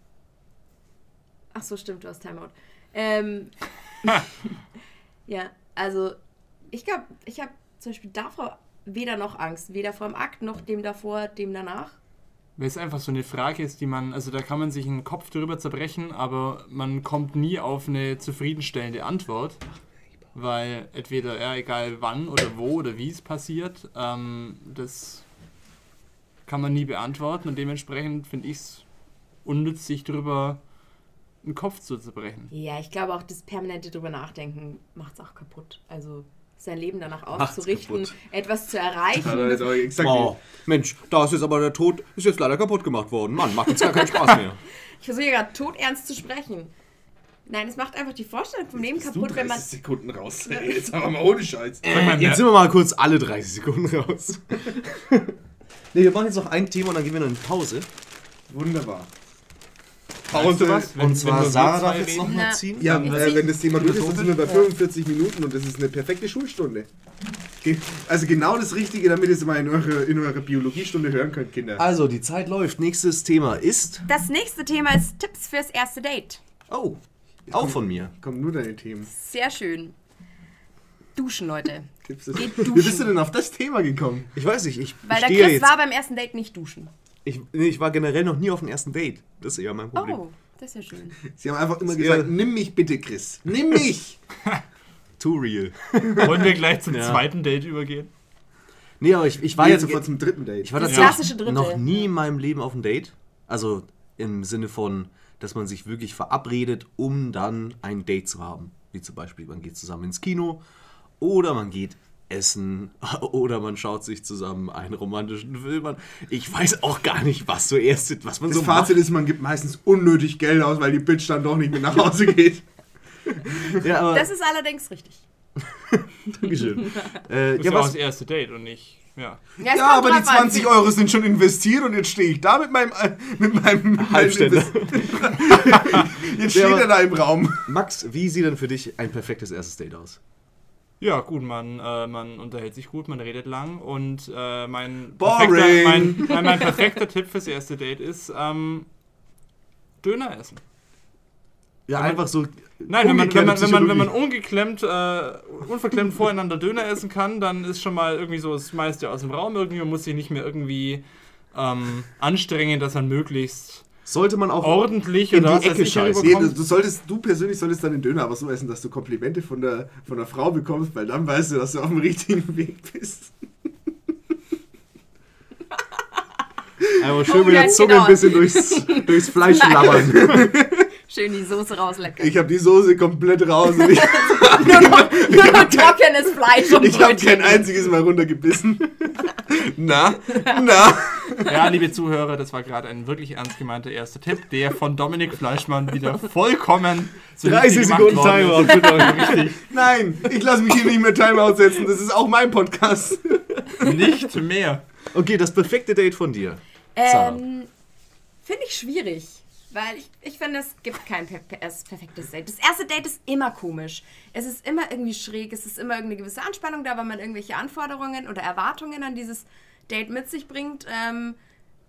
Speaker 4: Ach so, stimmt, du hast Timeout. Ähm, ja, also ich glaube, ich habe zum Beispiel davor weder noch Angst, weder vor dem Akt noch dem davor, dem danach.
Speaker 3: Weil es einfach so eine Frage ist, die man, also da kann man sich einen Kopf drüber zerbrechen, aber man kommt nie auf eine zufriedenstellende Antwort. Weil entweder, ja, egal wann oder wo oder wie es passiert, ähm, das kann man nie beantworten und dementsprechend finde ich es unnütz, sich drüber einen Kopf zu zerbrechen.
Speaker 4: Ja, ich glaube auch das permanente drüber nachdenken macht's auch kaputt. Also sein Leben danach
Speaker 2: Macht's
Speaker 4: auszurichten,
Speaker 2: kaputt.
Speaker 4: etwas zu
Speaker 1: Hat er
Speaker 4: erreichen.
Speaker 1: jetzt auch gesagt,
Speaker 2: Wow. Mensch, da ist jetzt aber der Tod, ist jetzt leider kaputt gemacht worden. Mann, macht jetzt gar keinen Spaß mehr.
Speaker 4: Ich versuche ja gerade todernst zu sprechen. Nein, es macht einfach die Vorstellung vom Leben
Speaker 1: bist du
Speaker 4: kaputt, wenn man
Speaker 1: 30 Sekunden raus. Ey, jetzt aber mal ohne Scheiß.
Speaker 2: Jetzt sind wir mal kurz alle 30 Sekunden raus. ne, wir machen jetzt noch ein Thema und dann gehen wir noch in Pause.
Speaker 1: Wunderbar.
Speaker 3: Weißt du
Speaker 1: Pause.
Speaker 3: was? Wenn-
Speaker 2: und
Speaker 3: wenn
Speaker 2: zwar
Speaker 3: nur wir
Speaker 2: Sarah
Speaker 3: zwei
Speaker 2: darf jetzt
Speaker 3: reden-
Speaker 2: noch mal
Speaker 4: Na.
Speaker 2: ziehen.
Speaker 1: Ja,
Speaker 4: Ja,
Speaker 1: äh,
Speaker 4: Sie-
Speaker 1: wenn das Thema durch ist, dann sind wir bei 45 Minuten und das ist eine perfekte Schulstunde. Ge- Also genau das Richtige, damit ihr es mal in eure, in eure Biologiestunde hören könnt, Kinder.
Speaker 2: Also, die Zeit läuft. Nächstes Thema ist.
Speaker 4: Das nächste Thema ist Tipps fürs erste Date.
Speaker 2: Oh, Auch von mir.
Speaker 1: Kommen nur deine Themen.
Speaker 4: Sehr schön. Duschen, Leute.
Speaker 1: Tipps
Speaker 4: Geht
Speaker 1: Wie
Speaker 4: duschen.
Speaker 1: bist du denn auf das Thema gekommen?
Speaker 2: Ich weiß nicht, ich
Speaker 4: Weil der
Speaker 2: stehe
Speaker 4: Chris
Speaker 2: jetzt.
Speaker 4: war beim ersten Date nicht duschen.
Speaker 2: ich, nee, ich war generell noch nie auf dem ersten Date. Das ist eher mein Problem.
Speaker 4: Oh, das ist ja schön.
Speaker 1: Sie haben einfach immer
Speaker 2: Ja.
Speaker 1: gesagt, nimm mich bitte, Chris. Nimm mich!
Speaker 2: Too real.
Speaker 3: Wollen wir gleich zum
Speaker 2: Ja.
Speaker 3: zweiten Date übergehen?
Speaker 2: Nee, aber ich, ich war
Speaker 1: War jetzt
Speaker 2: jetzt.
Speaker 1: sofort zum dritten Date.
Speaker 2: Ich war das
Speaker 4: klassische Dritte.
Speaker 2: noch nie in meinem Leben auf dem Date. Also im Sinne von, dass man sich wirklich verabredet, um dann ein Date zu haben. Wie zum Beispiel, man geht zusammen ins Kino oder man geht essen oder man schaut sich zusammen einen romantischen Film an. Ich weiß auch gar nicht, was zuerst, was man
Speaker 1: das
Speaker 2: so
Speaker 1: Fazit
Speaker 2: macht.
Speaker 1: ist, man gibt meistens unnötig Geld aus, weil die Bitch dann doch nicht mit nach Hause geht.
Speaker 2: Ja, aber,
Speaker 4: Das ist allerdings richtig.
Speaker 2: Dankeschön. äh,
Speaker 3: Ist
Speaker 2: ja,
Speaker 3: ja, auch das
Speaker 2: was,
Speaker 3: erste Date und nicht. Ja.
Speaker 4: Ja, es
Speaker 1: Ja,
Speaker 4: kommt
Speaker 1: aber die
Speaker 4: drauf an.
Speaker 1: 20 Euro sind schon investiert und jetzt stehe ich da mit meinem. Äh, mit meinem mit meinem
Speaker 2: Halbständer.
Speaker 1: Invest- jetzt steht
Speaker 2: aber-
Speaker 1: er da im Raum.
Speaker 2: Max, wie sieht denn für dich ein perfektes erstes Date aus?
Speaker 3: Ja, gut, man, äh, man unterhält sich gut, man redet lang und äh, mein,
Speaker 1: Boring.
Speaker 3: perfekter, mein, mein, mein perfekter Tipp fürs erste Date ist ähm, Döner essen.
Speaker 2: Ja, einfach so.
Speaker 3: Nein, wenn man, wenn, man,
Speaker 2: umgekehrte
Speaker 3: wenn, man, um- wenn man
Speaker 2: Psychologie.
Speaker 3: ungeklemmt, äh, unverklemmt voreinander Döner essen kann, dann ist schon mal irgendwie so das meiste aus dem Raum. Irgendwie man muss sich nicht mehr irgendwie ähm, anstrengen, dass man möglichst
Speaker 2: Sollte man auch.
Speaker 3: Oh. ordentlich
Speaker 2: In
Speaker 3: oder
Speaker 2: die
Speaker 3: was weiß
Speaker 2: Ecke
Speaker 3: ich
Speaker 2: scheißen.
Speaker 1: Nee,
Speaker 3: rüberkommt.
Speaker 1: du, du solltest, du persönlich solltest dann den Döner aber so essen, dass du Komplimente von der, von der Frau bekommst, weil dann weißt du, dass du auf dem richtigen Weg bist.
Speaker 2: Einmal schön
Speaker 4: Oh,
Speaker 2: mit der
Speaker 4: ganz
Speaker 2: Zunge
Speaker 4: genau.
Speaker 2: ein bisschen durchs, durchs Fleisch
Speaker 4: Nein.
Speaker 2: labern.
Speaker 4: Schön die Soße rauslecken.
Speaker 1: Ich habe die Soße komplett raus und ich,
Speaker 4: Nur noch, nur noch trockenes Fleisch um und
Speaker 1: ich habe
Speaker 4: Brötchen.
Speaker 1: kein einziges Mal runtergebissen. Na, na.
Speaker 3: Ja, liebe Zuhörer, das war gerade ein wirklich ernst gemeinter erster Tipp, der von Dominik Fleischmann wieder vollkommen zunichte
Speaker 2: 30
Speaker 3: gemacht
Speaker 2: Sekunden
Speaker 3: worden ist.
Speaker 2: Timer. Bitte.
Speaker 1: Nein, ich lasse mich hier nicht mehr Timeout setzen. Das ist auch mein Podcast.
Speaker 3: Nicht mehr.
Speaker 2: okay, das perfekte Date von dir. Sarah.
Speaker 4: Ähm, finde ich schwierig, weil ich, ich finde, es gibt kein per per erst perfektes Date. Das erste Date ist immer komisch. Es ist immer irgendwie schräg, es ist immer irgendeine gewisse Anspannung da, weil man irgendwelche Anforderungen oder Erwartungen an dieses Date mit sich bringt, ähm,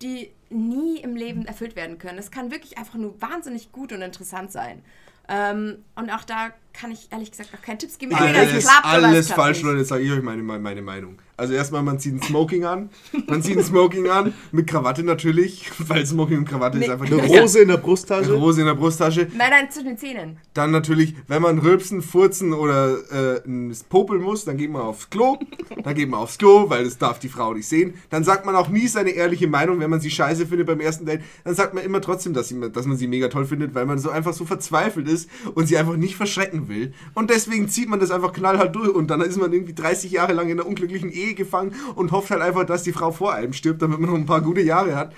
Speaker 4: die nie im Leben erfüllt werden können. Es kann wirklich einfach nur wahnsinnig gut und interessant sein. Ähm, und auch da kann ich ehrlich gesagt auch keine Tipps geben. Entweder es
Speaker 1: Alles,
Speaker 4: klappt oder es
Speaker 1: alles
Speaker 4: klappt
Speaker 1: falsch,
Speaker 4: nicht.
Speaker 1: Leute. Jetzt sage ich euch meine, meine Meinung. Also erstmal, man zieht ein Smoking an. Man zieht ein Smoking an. Mit Krawatte natürlich, weil Smoking und Krawatte ist
Speaker 4: Nee.
Speaker 1: einfach
Speaker 2: Eine
Speaker 1: gleiche.
Speaker 2: Rose in der
Speaker 1: Eine
Speaker 2: Brusttasche.
Speaker 1: Rose in der Brusttasche.
Speaker 4: Nein, nein, zwischen den Zähnen.
Speaker 1: Dann natürlich, wenn man rülpsen, furzen oder äh, ein Popel muss, dann geht man aufs Klo. Dann geht man aufs Klo, weil das darf die Frau nicht sehen. Dann sagt man auch nie seine ehrliche Meinung, wenn man sie scheiße findet beim ersten Date. Dann sagt man immer trotzdem, dass, sie, dass man sie mega toll findet, weil man so einfach so verzweifelt ist und sie einfach nicht verschrecken will. Und deswegen zieht man das einfach knallhart durch und dann ist man irgendwie 30 Jahre lang in einer unglücklichen Ehe gefangen und hofft halt einfach, dass die Frau vor einem stirbt, damit man noch ein paar gute Jahre hat.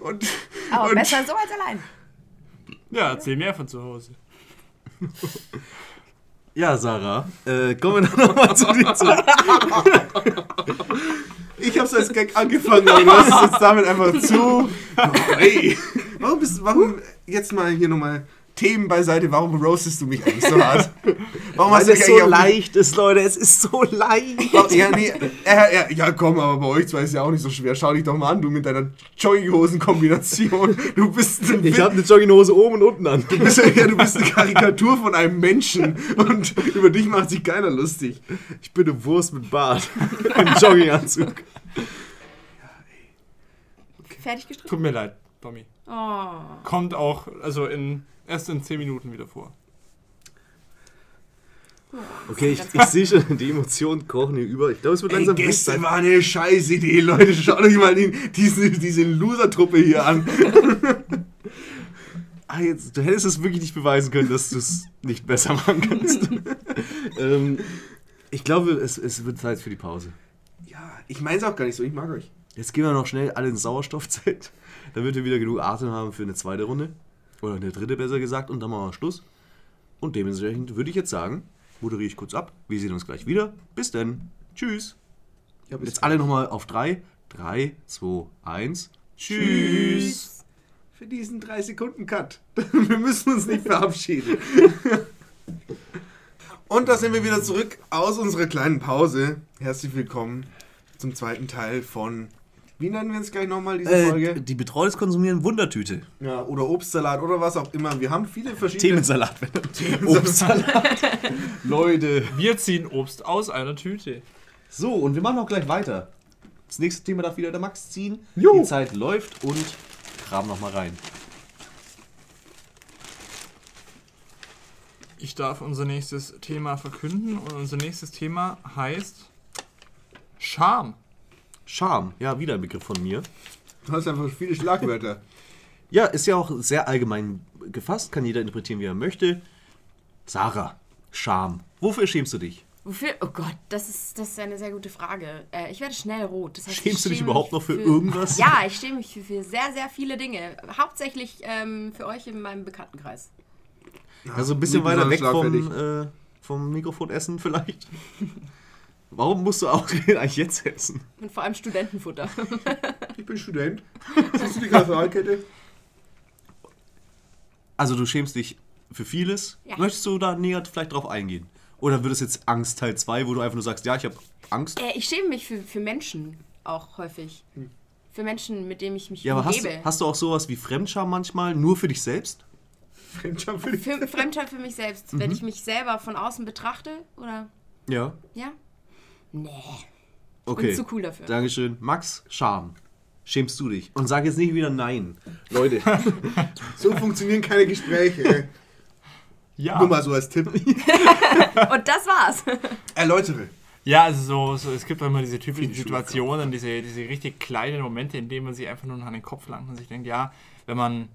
Speaker 1: Und,
Speaker 4: Aber
Speaker 1: und
Speaker 4: besser so als allein.
Speaker 3: Ja, erzähl mehr von zu Hause.
Speaker 2: Ja, Sarah. Äh, kommen wir dann nochmal zu dir zurück.
Speaker 1: Ich hab's als Gag angefangen, aber du hast es jetzt damit einfach zu. Oh, ey. Warum bist warum jetzt mal hier nochmal Themen beiseite, warum roastest du mich eigentlich so hart? Warum
Speaker 2: Weil
Speaker 1: hast du
Speaker 2: es
Speaker 1: mich
Speaker 2: so
Speaker 1: eigentlich
Speaker 2: leicht ist, Leute. Es ist so leicht.
Speaker 1: auf, ja, nee, äh, ja, ja, ja, komm, aber bei euch zwei ist ja auch nicht so schwer. Schau dich doch mal an, du mit deiner Jogginghosen-Kombination. Du bist ein
Speaker 2: Ich habe eine Jogginghose oben und unten an.
Speaker 1: Du bist, ja, du bist eine Karikatur von einem Menschen und über dich macht sich keiner lustig.
Speaker 2: Ich bin eine Wurst mit Bart. Im Jogginganzug.
Speaker 4: Fertig gestrichen.
Speaker 3: Tut mir leid, Tommy.
Speaker 4: Oh.
Speaker 3: Kommt auch, also in, erst in 10 Minuten wieder vor.
Speaker 2: Okay, ich, ich sehe schon, die Emotionen kochen hier über. Ich glaube, es wird
Speaker 1: Ey,
Speaker 2: langsam
Speaker 1: gestern
Speaker 2: Zeit.
Speaker 1: war eine scheiß Idee, Leute. Schaut euch mal den, diese, diese Loser-Truppe hier an.
Speaker 2: Ah, jetzt, du hättest es wirklich nicht beweisen können, dass du es nicht besser machen kannst. ähm, ich glaube, es, es wird Zeit für die Pause.
Speaker 1: Ja, ich meine es auch gar nicht so, ich mag euch.
Speaker 2: Jetzt gehen wir noch schnell alle ins Sauerstoffzelt, damit wir wieder genug Atem haben für eine zweite Runde. Oder eine dritte besser gesagt, und dann machen wir Schluss. Und dementsprechend würde ich jetzt sagen, moderiere ich kurz ab. Wir sehen uns gleich wieder. Bis dann. Tschüss.
Speaker 1: Ja, bis
Speaker 2: Jetzt alle nochmal auf drei. Drei, zwei, eins. Tschüss.
Speaker 1: für diesen 3-Sekunden-Cut. Wir müssen uns nicht verabschieden. Und da sind wir wieder zurück aus unserer kleinen Pause. Herzlich willkommen zum zweiten Teil von Wie nennen wir es gleich nochmal, diese
Speaker 2: Äh,
Speaker 1: Folge?
Speaker 2: die Betreutes konsumieren Wundertüte.
Speaker 1: Ja, oder Obstsalat oder was auch immer. Wir haben viele verschiedene
Speaker 2: Themensalat, wenn Obstsalat. Leute.
Speaker 3: Wir ziehen Obst aus einer Tüte.
Speaker 2: So, und wir machen auch gleich weiter. Das nächste Thema darf wieder der Max ziehen.
Speaker 3: Jo.
Speaker 2: Die Zeit läuft und graben nochmal rein.
Speaker 3: Ich darf unser nächstes Thema verkünden und unser nächstes Thema heißt Scham.
Speaker 2: Charme, ja, wieder ein Begriff von mir.
Speaker 1: Du hast einfach viele Schlagwörter.
Speaker 2: Ja, ist ja auch sehr allgemein gefasst, kann jeder interpretieren, wie er möchte. Sarah, Scham. Wofür schämst du dich?
Speaker 4: Wofür? Oh Gott, das ist, das ist eine sehr gute Frage. Äh, ich werde schnell rot. Das heißt, ich
Speaker 2: Schämst du dich
Speaker 4: schäme
Speaker 2: überhaupt
Speaker 4: mich
Speaker 2: noch für irgendwas?
Speaker 4: Ja, ich schäme mich für, für sehr, sehr viele Dinge. Hauptsächlich ähm, für euch in meinem Bekanntenkreis.
Speaker 2: Also ein bisschen
Speaker 1: Nicht
Speaker 2: weiter weg
Speaker 1: besonders
Speaker 2: vom, äh, vom Mikrofon essen vielleicht. Warum musst du auch eigentlich jetzt essen?
Speaker 4: Und vor allem Studentenfutter.
Speaker 1: Ich bin Student. Siehst du die Kaffeekette?
Speaker 2: Also du schämst dich für vieles.
Speaker 4: Ja.
Speaker 2: Möchtest du da näher vielleicht drauf eingehen? Oder wird es jetzt Angst Teil 2, wo du einfach nur sagst, ja, ich habe Angst?
Speaker 4: äh, ich schäme mich für, für Menschen auch häufig. Für Menschen, mit denen ich mich
Speaker 2: Hm. Ja, aber hast,
Speaker 4: umgebe.
Speaker 2: du- hast du auch sowas wie Fremdscham manchmal, nur für dich selbst?
Speaker 1: Fremdscham für dich.
Speaker 4: für, Fremdscham für mich selbst.
Speaker 2: Mhm.
Speaker 4: Wenn ich mich selber von außen betrachte, oder?
Speaker 2: Ja.
Speaker 4: Ja? Nee.
Speaker 2: Okay.
Speaker 4: Bin zu cool dafür.
Speaker 2: Dankeschön. Max, Scham. Schämst du dich? Und sag jetzt nicht wieder Nein. Leute.
Speaker 1: So funktionieren keine Gespräche.
Speaker 3: Ja.
Speaker 1: Nur mal so als Tipp.
Speaker 4: Und das war's.
Speaker 1: Erläutere.
Speaker 3: Ja, also so, so, es gibt doch immer diese typischen Situationen, diese, diese richtig kleinen Momente, in denen man sich einfach nur noch an den Kopf langt und sich denkt, ja, wenn man,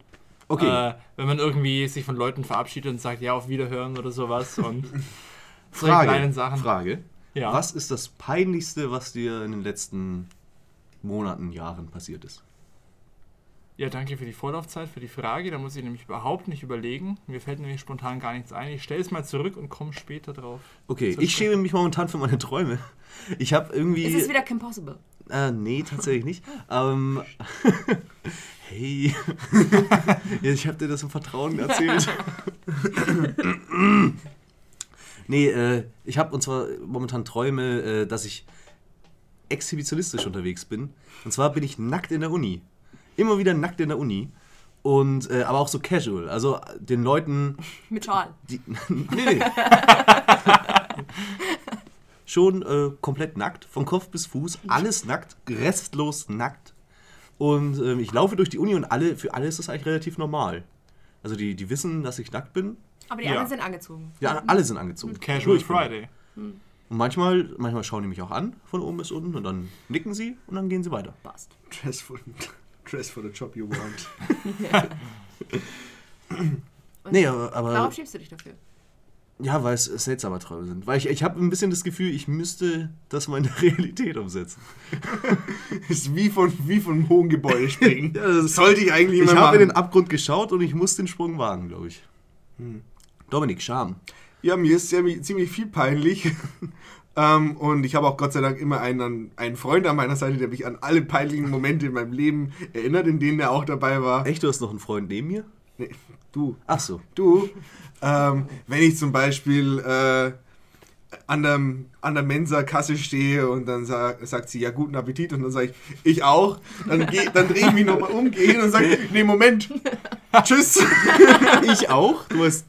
Speaker 2: Okay.
Speaker 3: äh, wenn man irgendwie sich von Leuten verabschiedet und sagt, ja, auf Wiederhören oder sowas und solche
Speaker 2: Frage.
Speaker 3: kleinen Sachen.
Speaker 2: Frage.
Speaker 3: Ja.
Speaker 2: Was ist das Peinlichste, was dir in den letzten Monaten, Jahren passiert ist?
Speaker 3: Ja, danke für die Vorlaufzeit, für die Frage. Da muss ich nämlich überhaupt nicht überlegen. Mir fällt nämlich spontan gar nichts ein. Ich stelle es mal zurück und komme später drauf.
Speaker 2: Okay,
Speaker 3: Zu
Speaker 2: ich
Speaker 3: sprechen.
Speaker 2: schäme mich momentan für meine Träume. Ich habe irgendwie.
Speaker 4: Ist es wieder Kim Possible?
Speaker 2: Äh, nee, tatsächlich nicht. Ähm, hey. ja, ich habe dir das im Vertrauen erzählt. nee, äh, ich habe und zwar momentan Träume, äh, dass ich exhibitionistisch unterwegs bin. Und zwar bin ich nackt in der Uni. Immer wieder nackt in der Uni. Und, äh, aber auch so casual. Also äh, den Leuten
Speaker 4: Mit Schal.
Speaker 2: die, nee, nee. Schon äh, komplett nackt, von Kopf bis Fuß, alles nackt, restlos nackt. Und ähm, ich laufe durch die Uni und alle, für alle ist das eigentlich relativ normal. Also die, die wissen, dass ich nackt bin.
Speaker 4: Aber die
Speaker 3: Ja.
Speaker 4: anderen sind angezogen.
Speaker 2: Ja, alle sind angezogen. Nur
Speaker 3: Casual
Speaker 2: ich bin nackt.
Speaker 3: Friday.
Speaker 2: Und manchmal, manchmal schauen die mich auch an, von oben bis unten, und dann nicken sie und dann gehen sie weiter.
Speaker 4: Passt.
Speaker 1: Dress for, dress for the job you want.
Speaker 4: Und
Speaker 2: Nee, aber,
Speaker 4: Warum
Speaker 2: aber
Speaker 4: schämst du dich dafür?
Speaker 2: ja, weil es seltsame Träume sind. Weil ich, ich habe ein bisschen das Gefühl, ich müsste das mal in der Realität umsetzen.
Speaker 1: Ist wie von, wie von einem hohen Gebäude springen.
Speaker 2: Ja, das
Speaker 1: Das sollte ich eigentlich
Speaker 2: Ich
Speaker 1: immer
Speaker 2: habe
Speaker 1: machen.
Speaker 2: in den Abgrund geschaut und ich muss den Sprung wagen, glaube ich. Hm. Dominik, Scham.
Speaker 1: ja, mir ist sehr, ziemlich viel peinlich. Ähm, und ich habe auch Gott sei Dank immer einen, einen Freund an meiner Seite, der mich an alle peinlichen Momente in meinem Leben erinnert, in denen er auch dabei war.
Speaker 2: Echt, du hast noch einen Freund neben mir?
Speaker 1: Nee, du,
Speaker 2: Ach so.
Speaker 1: du, ähm, wenn ich zum Beispiel äh, an, der, an der Mensa-Kasse stehe und dann sag, sagt sie, ja, guten Appetit, und dann sage ich, ich auch, dann, geh- dann drehe ich mich nochmal um, gehe hin und sage, nee, Moment, tschüss.
Speaker 2: Ich auch? Du hast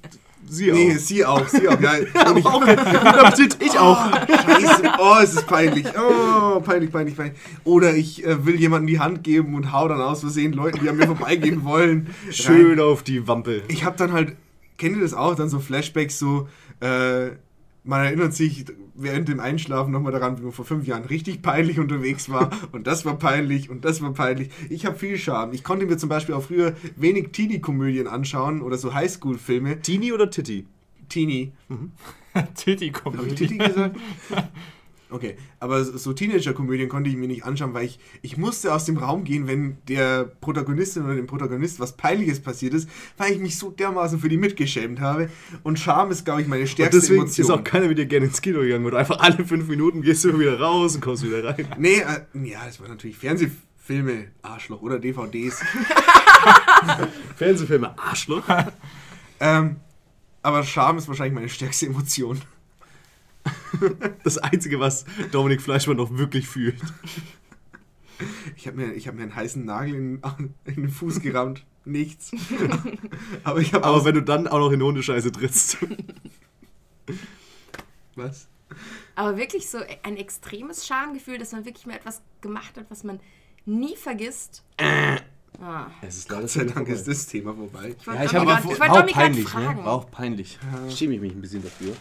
Speaker 2: sie
Speaker 1: Nee, sie auch, sie auch. Ja, und ich,
Speaker 2: auch. Appetit, ich auch.
Speaker 1: scheiße, oh, es ist peinlich. Oh, peinlich, peinlich, peinlich. Oder ich äh, will jemandem die Hand geben und hau dann aus Versehen Leuten, die an mir vorbeigehen wollen. rein.
Speaker 2: Schön auf die Wampe.
Speaker 1: ich habe dann halt, kennt ihr das auch, dann so Flashbacks, so, äh, man erinnert sich während dem Einschlafen nochmal daran, wie man vor fünf Jahren richtig peinlich unterwegs war und das war peinlich und das war peinlich. Ich habe viel Scham. Ich konnte mir zum Beispiel auch früher wenig Teenie-Komödien anschauen oder so Highschool-Filme.
Speaker 2: Tini oder Titi?
Speaker 1: Teenie.
Speaker 3: Titty
Speaker 1: Hab ich
Speaker 3: kommt.
Speaker 1: Titi gesagt? Okay, aber so Teenager-Komödien konnte ich mir nicht anschauen, weil ich, ich musste aus dem Raum gehen, wenn der Protagonistin oder dem Protagonist was Peinliches passiert ist, weil ich mich so dermaßen für die mitgeschämt habe. Und Scham ist, glaube ich, meine
Speaker 2: Und
Speaker 1: stärkste
Speaker 2: deswegen
Speaker 1: Emotion.
Speaker 2: ist auch keiner mit dir gerne ins Kino gegangen, weil du einfach alle fünf Minuten gehst du immer wieder raus und kommst wieder rein.
Speaker 1: nee, äh, ja, das waren natürlich Fernsehfilme, Arschloch oder DVDs.
Speaker 2: Fernsehfilme, Arschloch.
Speaker 1: ähm, aber Scham ist wahrscheinlich meine stärkste Emotion.
Speaker 2: Das Einzige, was Dominik Fleischmann noch wirklich fühlt.
Speaker 1: Ich habe mir, ich hab mir einen heißen Nagel in, in den Fuß gerammt. Nichts. Aber ich habe
Speaker 2: Aber wenn du dann auch noch in Hundescheiße trittst.
Speaker 1: Was?
Speaker 4: Aber wirklich so ein extremes Schamgefühl, dass man wirklich mal etwas gemacht hat, was man nie vergisst. Ah.
Speaker 5: Es ist
Speaker 1: Gott sei Dank ist das Thema vorbei.
Speaker 4: Ich wollte
Speaker 5: Ja, ich
Speaker 4: Domi
Speaker 5: habe
Speaker 4: grad-
Speaker 5: vor-
Speaker 4: ich
Speaker 5: war
Speaker 4: wollte
Speaker 5: auch
Speaker 4: Domi gerade
Speaker 5: peinlich,
Speaker 4: fragen.
Speaker 5: ne? War auch peinlich. Schäme ich mich ein bisschen dafür.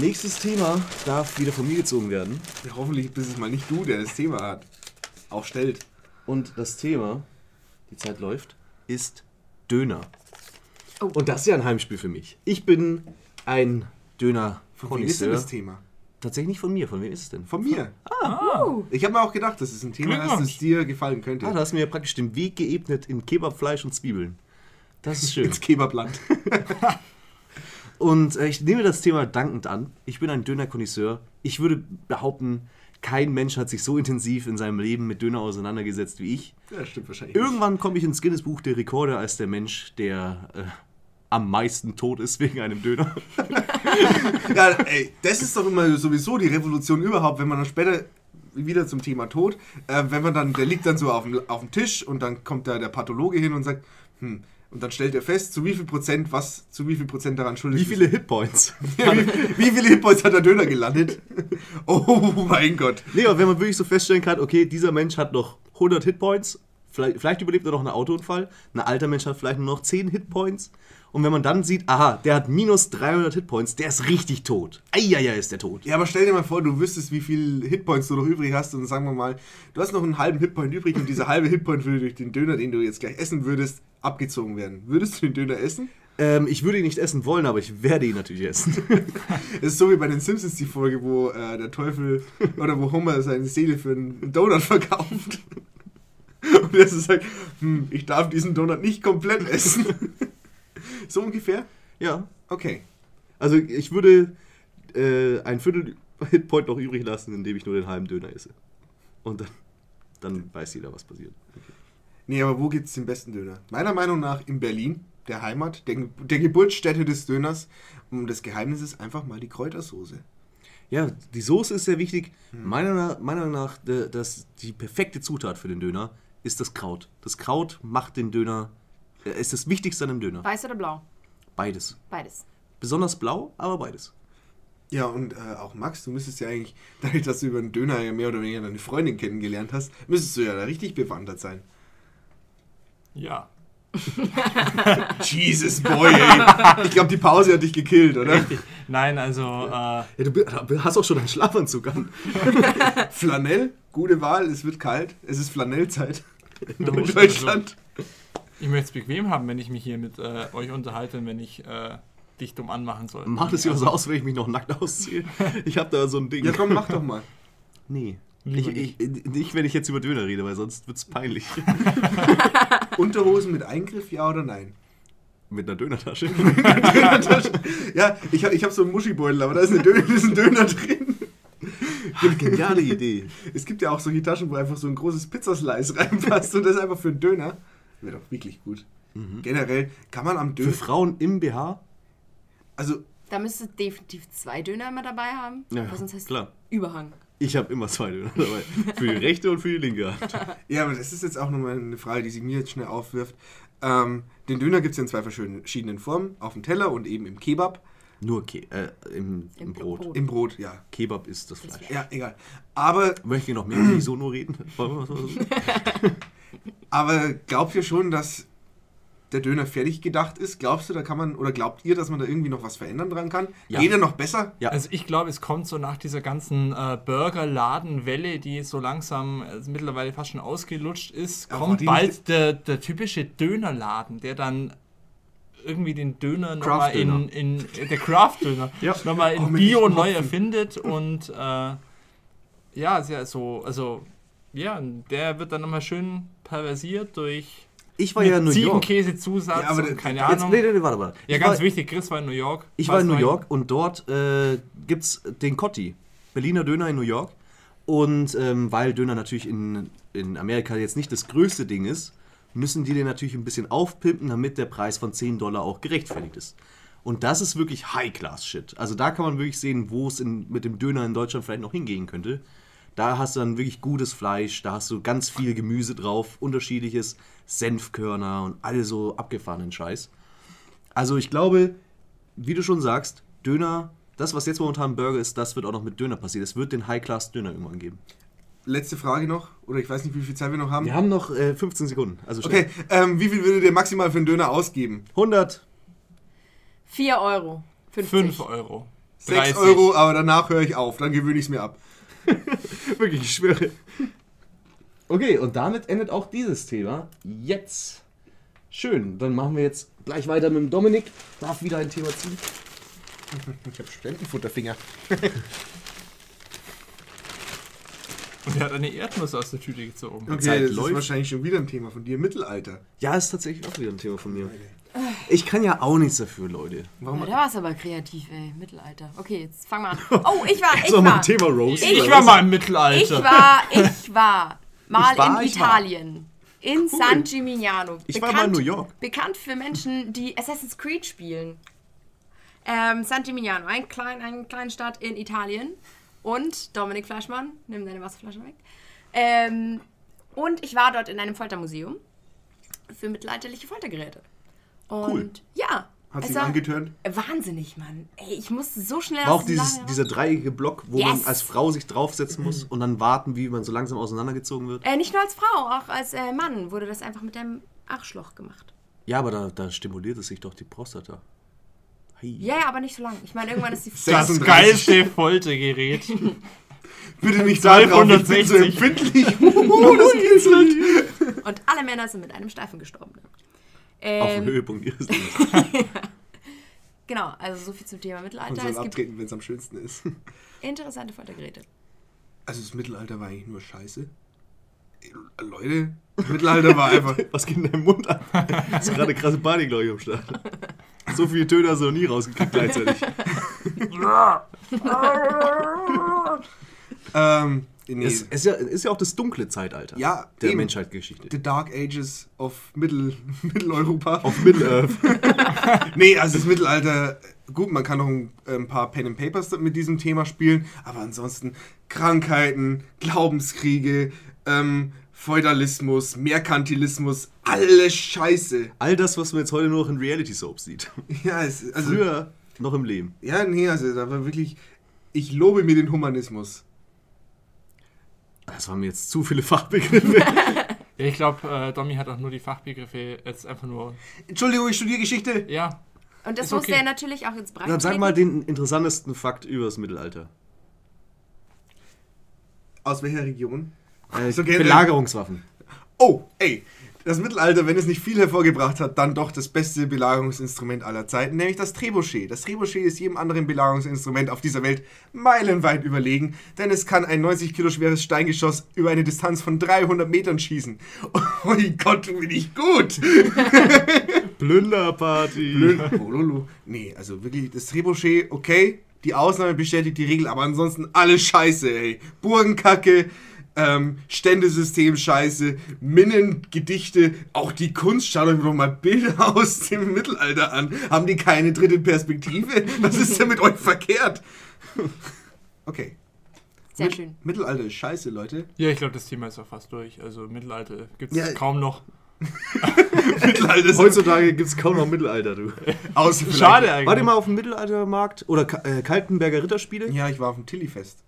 Speaker 2: Nächstes Thema darf wieder von mir gezogen werden.
Speaker 1: Ja, hoffentlich bist es mal nicht du, der das Thema hat. Auch stellt.
Speaker 2: Und das Thema, die Zeit läuft, ist Döner.
Speaker 4: Oh.
Speaker 2: Und das ist ja ein Heimspiel für mich. Ich bin ein döner
Speaker 1: Von wem ist denn das
Speaker 2: Konnoisseur.
Speaker 1: Thema?
Speaker 2: Tatsächlich nicht von mir. Von wem ist es denn?
Speaker 1: Von mir. Ich habe mir auch gedacht, das ist ein Thema, das es dir gefallen könnte.
Speaker 2: Ah, da hast du mir ja praktisch den Weg geebnet in Kebabfleisch und Zwiebeln. Das ist schön.
Speaker 1: Ins Kebabland.
Speaker 2: Und äh, ich nehme das Thema dankend an. Ich bin ein Döner-Konnoisseur. Ich würde behaupten, kein Mensch hat sich so intensiv in seinem Leben mit Döner auseinandergesetzt wie ich.
Speaker 1: Ja, stimmt wahrscheinlich. nicht.
Speaker 2: Irgendwann komme ich ins Guinness-Buch der Rekorde als der Mensch, der äh, am meisten tot ist wegen einem Döner.
Speaker 1: Ja, ey, das ist doch immer sowieso die Revolution überhaupt, wenn man dann später wieder zum Thema Tod, äh, wenn man dann, der liegt dann so auf dem, auf dem Tisch und dann kommt da der Pathologe hin und sagt, hm, und dann stellt er fest, zu wie viel Prozent, was, zu wie viel Prozent daran schuldig
Speaker 2: Wie viele Hitpoints?
Speaker 1: ist. Ja, wie, wie viele Hitpoints hat der Döner gelandet? Oh mein Gott.
Speaker 2: Nee, aber wenn man wirklich so feststellen kann, okay, dieser Mensch hat noch 100 Hitpoints, vielleicht, vielleicht überlebt er noch einen Autounfall, ein alter Mensch hat vielleicht nur noch 10 Hitpoints. Und wenn man dann sieht, aha, der hat minus 300 Hitpoints, der ist richtig tot. Eieiei, ist der tot.
Speaker 1: Ja, aber stell dir mal vor, du wüsstest, wie viele Hitpoints du noch übrig hast und sagen wir mal, du hast noch einen halben Hitpoint übrig und dieser halbe Hitpoint würde durch den Döner, den du jetzt gleich essen würdest, abgezogen werden. Würdest du den Döner essen?
Speaker 2: Ähm, ich würde ihn nicht essen wollen, aber ich werde ihn natürlich essen.
Speaker 1: Es ist so wie bei den Simpsons die Folge, wo äh, der Teufel oder wo Homer seine Seele für einen Donut verkauft. Und er so sagt, hm, ich darf diesen Donut nicht komplett essen. so ungefähr?
Speaker 2: ja.
Speaker 1: Okay.
Speaker 2: Also ich würde äh, ein Viertel Hitpoint noch übrig lassen, indem ich nur den halben Döner esse. Und dann, dann weiß jeder, was passiert.
Speaker 1: Nee, aber wo gibt's den besten Döner? Meiner Meinung nach in Berlin, der Heimat, der, der Geburtsstätte des Döners. Und das Geheimnis ist einfach mal die Kräutersoße.
Speaker 2: Ja, die Soße ist sehr wichtig. Meiner, Na- meiner Meinung nach, äh, dass die perfekte Zutat für den Döner ist das Kraut. Das Kraut macht den Döner, äh, ist das Wichtigste an einem Döner.
Speaker 4: Weiß oder blau?
Speaker 2: Beides.
Speaker 4: Beides.
Speaker 2: Besonders blau, aber beides.
Speaker 1: Ja, und äh, auch Max, du müsstest ja eigentlich, dadurch, dass du über den Döner ja mehr oder weniger deine Freundin kennengelernt hast, müsstest du ja da richtig bewandert sein.
Speaker 3: Ja.
Speaker 1: Jesus boy, ey. Ich glaube, die Pause hat dich gekillt, oder?
Speaker 3: Nein, also äh,
Speaker 2: Ja, du bi- hast auch schon einen Schlafanzug an.
Speaker 1: Flanell, gute Wahl, es wird kalt. Es ist Flanellzeit in
Speaker 3: Deutschland.
Speaker 1: Deutschland.
Speaker 3: ich möchte es bequem haben, wenn ich mich hier mit äh, euch unterhalte und wenn ich äh, dich dumm anmachen soll. Also,
Speaker 2: Macht es ja so aus, wenn ich mich noch nackt ausziehe. Ich habe da so ein Ding.
Speaker 1: Ja, komm, mach doch mal.
Speaker 2: Nee. Ich,
Speaker 3: Lieber
Speaker 2: ich, nicht, wenn ich jetzt über Döner rede, weil sonst wird's peinlich.
Speaker 1: Unterhosen mit Eingriff, ja oder nein?
Speaker 2: Mit einer Dönertasche.
Speaker 1: Ja, ich habe ich hab so einen Muschibeutel, aber da ist, eine Döner, da ist ein Döner drin.
Speaker 2: Geniale Idee.
Speaker 1: Es gibt ja auch solche Taschen, wo einfach so ein großes Pizzaslice reinpasst und das einfach für einen Döner. Wäre doch wirklich gut. Generell kann man am
Speaker 2: Mhm. Für
Speaker 1: Döner.
Speaker 2: Frauen im BH?
Speaker 1: Also,
Speaker 4: Da müsstest du definitiv zwei Döner immer dabei haben.
Speaker 2: Ja,
Speaker 4: weil sonst heißt es
Speaker 2: klar.
Speaker 4: Überhang.
Speaker 2: Ich habe immer zwei Döner dabei. Für die rechte und für die linke Hand.
Speaker 1: Ja, aber das ist jetzt auch nochmal eine Frage, die sie mir jetzt schnell aufwirft. Ähm, den Döner gibt es ja in zwei verschiedenen Formen. Auf dem Teller und eben im Kebab.
Speaker 2: Nur Ke äh, im, im,
Speaker 4: Im
Speaker 2: Brot.
Speaker 4: Brot.
Speaker 1: Im Brot, ja.
Speaker 2: Kebab ist das Fleisch.
Speaker 1: Ja, egal. Aber,
Speaker 2: Möchte ich noch mehr über die Sono reden? Wollen wir was- was-
Speaker 1: aber glaubt ihr schon, dass der Döner fertig gedacht ist? Glaubst du, da kann man, oder glaubt ihr, dass man da irgendwie noch was verändern dran kann?
Speaker 2: Ja.
Speaker 1: Geht er noch besser?
Speaker 2: Ja.
Speaker 3: Also ich glaube, es kommt so nach dieser ganzen äh, Burgerladenwelle, die so langsam äh, mittlerweile fast schon ausgelutscht ist,
Speaker 1: Ja,
Speaker 3: kommt
Speaker 1: die-
Speaker 3: bald der, der typische Dönerladen, der dann irgendwie den Döner nochmal in, in äh, der Craft-Döner
Speaker 2: Ja.
Speaker 3: nochmal in
Speaker 1: Oh, mit
Speaker 3: Bio
Speaker 1: echten
Speaker 3: neu
Speaker 1: Hopfen.
Speaker 3: erfindet und äh, ja, ist ja so, also ja, der wird dann nochmal schön perversiert durch
Speaker 2: Ich war ja in New York.
Speaker 3: Ziegenkäsezusatz
Speaker 1: Ja, aber
Speaker 3: und
Speaker 1: das-
Speaker 3: keine
Speaker 2: Jetzt,
Speaker 3: Ahnung.
Speaker 2: nee, nee, nee, warte mal.
Speaker 3: ja,
Speaker 2: ich
Speaker 3: ganz
Speaker 2: war,
Speaker 3: wichtig, Chris war in New York.
Speaker 2: Ich war in
Speaker 3: Weißt
Speaker 2: New
Speaker 3: du,
Speaker 2: York und dort äh, gibt es den Cotti. Berliner Döner in New York. Und ähm, weil Döner natürlich in, in Amerika jetzt nicht das größte Ding ist, müssen die den natürlich ein bisschen aufpimpen, damit der Preis von 10 Dollar auch gerechtfertigt ist. Und das ist wirklich High-Class-Shit. Also da kann man wirklich sehen, wo es in- mit dem Döner in Deutschland vielleicht noch hingehen könnte. Da hast du dann wirklich gutes Fleisch, da hast du ganz viel Gemüse drauf, unterschiedliches Senfkörner und all so abgefahrenen Scheiß. Also ich glaube, wie du schon sagst, Döner, das was jetzt momentan Burger ist, das wird auch noch mit Döner passieren. Es wird den High-Class-Döner irgendwann geben.
Speaker 1: Letzte Frage noch, oder ich weiß nicht, wie viel Zeit wir noch haben.
Speaker 2: Wir haben noch äh, 15 Sekunden. Also schnell.
Speaker 1: Okay, ähm, wie viel würdet ihr maximal für einen Döner ausgeben?
Speaker 2: 100.
Speaker 4: 4 Euro. 50.
Speaker 3: 5 Euro.
Speaker 1: 6 Euro, aber danach höre ich auf, dann gewöhne ich es mir ab.
Speaker 2: Wirklich, ich schwöre. Okay, und damit endet auch dieses Thema jetzt. Schön, dann machen wir jetzt gleich weiter mit dem Dominik. Darf wieder ein Thema ziehen.
Speaker 1: Ich habe Studentenfutterfinger.
Speaker 3: Und er hat eine Erdnuss aus der Tüte gezogen.
Speaker 1: Okay,
Speaker 2: Zeit
Speaker 1: das
Speaker 2: läuft.
Speaker 1: ist wahrscheinlich schon wieder ein Thema von dir. Mittelalter.
Speaker 2: Ja, ist tatsächlich auch wieder ein Thema von mir. Ich kann ja auch nichts dafür, Leute.
Speaker 4: Ja, da war es aber kreativ, ey. Mittelalter. Okay, jetzt fang mal an. Oh, ich war, ich
Speaker 2: Soll mal ein
Speaker 4: war.
Speaker 2: Thema Rose.
Speaker 3: Ich
Speaker 4: Ich
Speaker 3: war mal im Mittelalter.
Speaker 4: Ich war, ich war mal
Speaker 2: Ich war,
Speaker 4: in
Speaker 2: ich war.
Speaker 4: Italien. In San Gimignano.
Speaker 2: Ich war mal in New York.
Speaker 4: Bekannt für Menschen, die Assassin's Creed spielen. Ähm, San Gimignano, ein klein, eine kleine Stadt in Italien. Und Dominik Fleischmann, nimm deine Wasserflasche weg. Ähm, und ich war dort in einem Foltermuseum für mittelalterliche Foltergeräte. Und
Speaker 2: Cool.
Speaker 4: ja.
Speaker 1: Hat
Speaker 4: es
Speaker 1: sie ihn
Speaker 4: war-
Speaker 1: angeturnt?
Speaker 4: Wahnsinnig, Mann. Ey, ich musste so schnell
Speaker 2: War auch
Speaker 4: aus dem
Speaker 2: dieses,
Speaker 4: Lager raus.
Speaker 2: dieser dreieckige Block, wo man
Speaker 4: Yes. Mhm.
Speaker 2: als Frau sich draufsetzen muss und dann warten, wie man so langsam auseinandergezogen wird.
Speaker 4: Äh, nicht nur als Frau, auch als äh, Mann wurde das einfach mit dem Arschloch gemacht.
Speaker 2: Ja, aber da, da stimuliert es sich doch die Prostata. Hi.
Speaker 4: Ja, ja, aber nicht so lang. Ich meine, irgendwann ist die
Speaker 3: das
Speaker 1: 36.
Speaker 3: geilste Foltergerät.
Speaker 1: Bitte nicht da drauf, ich bin so
Speaker 3: 260.
Speaker 1: empfindlich. Uh, das kitzelt.
Speaker 4: Und alle Männer sind mit einem Steifen gestorben. ne?
Speaker 2: Auf dem
Speaker 4: Ähm,
Speaker 2: Höhepunkt ihres Lebens.
Speaker 4: genau, also so viel zum Thema
Speaker 1: Man
Speaker 4: Mittelalter.
Speaker 1: soll
Speaker 4: Es gibt
Speaker 1: abtreten, wenn es am schönsten ist.
Speaker 4: interessante Foltergeräte.
Speaker 1: Also das Mittelalter war eigentlich nur Scheiße. Äh, Leute, das Mittelalter war einfach...
Speaker 2: Was geht in deinem Mund ab? Das ist gerade eine krasse Panik, glaube ich, am Start. So viele Töne hast du noch nie rausgekriegt gleichzeitig.
Speaker 1: Ähm, nee.
Speaker 2: Es, es ist, ja, ist ja auch das dunkle Zeitalter
Speaker 1: Ja,
Speaker 2: der
Speaker 1: eben.
Speaker 2: Menschheitsgeschichte.
Speaker 1: The Dark Ages of Mittel, Mitteleuropa.
Speaker 2: Middle-earth.
Speaker 1: Nee, also das Mittelalter, gut, man kann noch ein, äh, ein paar Pen and Papers mit diesem Thema spielen, aber ansonsten Krankheiten, Glaubenskriege, ähm, Feudalismus, Merkantilismus, alles Scheiße.
Speaker 2: All das, was man jetzt heute nur noch in Reality-Soaps sieht.
Speaker 1: Ja, es, also,
Speaker 2: Früher noch im Leben.
Speaker 1: ja, nee, also da war wirklich, ich lobe mir den Humanismus.
Speaker 2: Das waren mir jetzt zu viele Fachbegriffe.
Speaker 3: Ja, ich glaube, äh, Domi hat auch nur die Fachbegriffe jetzt einfach nur.
Speaker 1: Entschuldigung, ich studiere Geschichte.
Speaker 3: Ja,
Speaker 4: Und das
Speaker 3: Ist
Speaker 4: musste
Speaker 3: okay.
Speaker 4: er natürlich auch ins Breit
Speaker 2: Dann sag mal den interessantesten Fakt über das Mittelalter.
Speaker 1: Aus welcher Region?
Speaker 2: Äh,
Speaker 1: So generell-
Speaker 2: Belagerungswaffen.
Speaker 1: Oh, ey. Das Mittelalter, wenn es nicht viel hervorgebracht hat, dann doch das beste Belagerungsinstrument aller Zeiten, nämlich das Trebuchet. Das Trebuchet ist jedem anderen Belagerungsinstrument auf dieser Welt meilenweit überlegen, denn es kann ein 90 Kilo schweres Steingeschoss über eine Distanz von 300 Metern schießen. Oh Gott, bin ich gut!
Speaker 2: Plünderparty.
Speaker 1: Pololo. Nee, also wirklich, das Trebuchet, okay, die Ausnahme bestätigt die Regel, aber ansonsten alles scheiße, ey. Burgenkacke, ähm, Ständesystem scheiße, Minnen, Gedichte, auch die Kunst, schaut euch doch mal Bilder aus dem Mittelalter an. Haben die keine dritte Perspektive? Was ist denn mit euch verkehrt? Okay.
Speaker 4: Sehr
Speaker 1: Mit-
Speaker 4: schön.
Speaker 1: Mittelalter ist scheiße, Leute.
Speaker 3: ja ich glaube, das Thema ist auch fast durch. Also Mittelalter gibt es
Speaker 1: Ja.
Speaker 3: kaum noch.
Speaker 1: Mittelalter ist
Speaker 2: Heutzutage gibt es kaum noch Mittelalter, du.
Speaker 1: außer vielleicht-
Speaker 3: Schade eigentlich.
Speaker 2: Wart ihr mal auf dem Mittelaltermarkt? Oder Ka- äh, Kaltenberger Ritterspiele?
Speaker 1: Ja, ich war auf dem Tilly-Fest.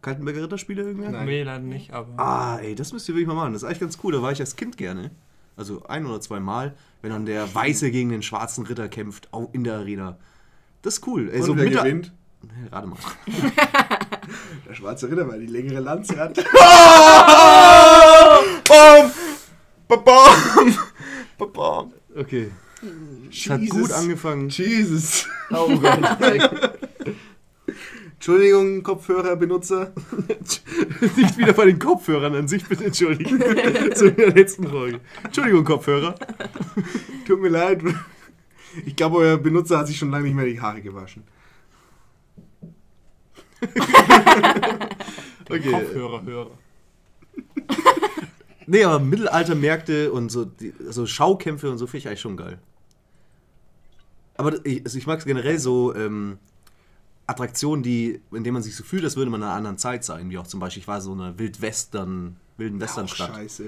Speaker 2: Kaltenberger Ritterspiele irgendwer?
Speaker 1: Nein.
Speaker 3: Nee, leider nicht, aber.
Speaker 2: Ah, ey, das müsst ihr wirklich mal machen. Das ist eigentlich ganz cool. Da war ich als Kind gerne. Also ein oder zwei Mal, wenn dann der Weiße gegen den schwarzen Ritter kämpft, auch in der Arena. Das ist cool. Ey,
Speaker 1: Und
Speaker 2: so
Speaker 1: wer
Speaker 2: Mitta-
Speaker 1: gewinnt?
Speaker 2: Nee, Rate mal.
Speaker 1: Der schwarze Ritter, weil die längere Lanze hat.
Speaker 2: Okay. Es hat gut angefangen.
Speaker 1: Jesus.
Speaker 2: Oh Gott.
Speaker 1: Entschuldigung, Kopfhörerbenutzer.
Speaker 2: Nicht wieder bei den Kopfhörern an sich, bitte entschuldigen. so in der letzten Folge. Entschuldigung, Kopfhörer.
Speaker 1: Tut mir leid. Ich glaube, euer Benutzer hat sich schon lange nicht mehr die Haare gewaschen.
Speaker 2: Okay.
Speaker 3: Kopfhörer, Hörer.
Speaker 2: Nee, aber Mittelaltermärkte und so, die, so Schaukämpfe und so finde ich eigentlich schon geil. Aber ich, also ich mag es generell so ähm, Attraktionen, die, in denen man sich so fühlt, als würde man in einer anderen Zeit sein. Wie auch zum Beispiel, ich war so in einer Wildwestern, wilden Westernstadt.
Speaker 1: scheiße.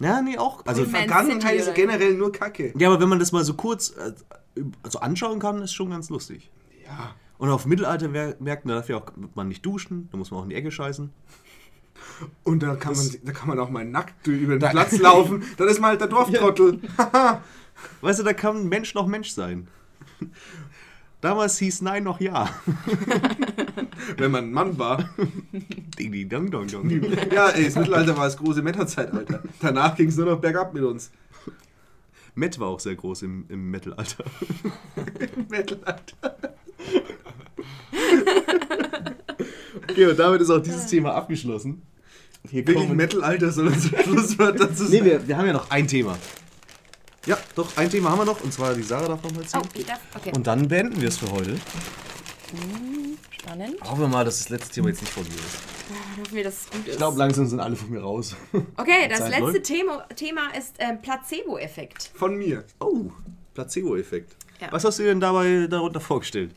Speaker 2: Ja, nee, auch. Also,
Speaker 4: Immense
Speaker 1: Vergangenheit
Speaker 4: Tiere.
Speaker 1: ist halt generell nur Kacke.
Speaker 2: ja, aber wenn man das mal so kurz äh, also anschauen kann, ist schon ganz lustig.
Speaker 1: Ja.
Speaker 2: Und auf Mittelalter mer- merkt man, da darf ja auch man nicht duschen, da muss man auch in die Ecke scheißen.
Speaker 1: Und da kann, man, da kann man auch mal nackt über den Platz laufen. Dann ist man halt der Dorftrottel.
Speaker 2: Weißt du, da kann Mensch noch Mensch sein. Damals hieß Nein noch Ja.
Speaker 1: Wenn man ein Mann war.
Speaker 2: Ding, ding, dong, dong, dong.
Speaker 1: Ja, ey, das Mittelalter war das große Männerzeitalter. Danach ging es nur noch bergab mit uns.
Speaker 2: Matt war auch sehr groß im, im Mittelalter.
Speaker 1: Mittelalter.
Speaker 2: Okay, und damit ist auch dieses Thema abgeschlossen.
Speaker 5: Hier
Speaker 1: Wirklich
Speaker 5: kommen-
Speaker 1: Mittelalter soll unser Schlusswörter zu sein.
Speaker 2: wir, wir haben ja noch ein Thema. Ja, doch, ein Thema haben wir noch. Und zwar die Sarah darf nochmal
Speaker 4: Oh,
Speaker 2: ziehen.
Speaker 4: ich darf. Okay.
Speaker 2: Und dann beenden wir es für heute.
Speaker 4: Spannend.
Speaker 2: Hoffen wir mal, dass das letzte Thema jetzt nicht von mir ist.
Speaker 4: Ich hoffe mir, dass es gut ist.
Speaker 2: Ich glaube, langsam sind alle von mir raus.
Speaker 4: okay, das
Speaker 2: Zeit
Speaker 4: letzte
Speaker 2: läuft.
Speaker 4: Thema, Thema ist ähm, Placebo-Effekt.
Speaker 1: Von mir.
Speaker 2: Oh, Placebo-Effekt.
Speaker 4: Ja.
Speaker 2: Was hast du dir denn dabei darunter vorgestellt?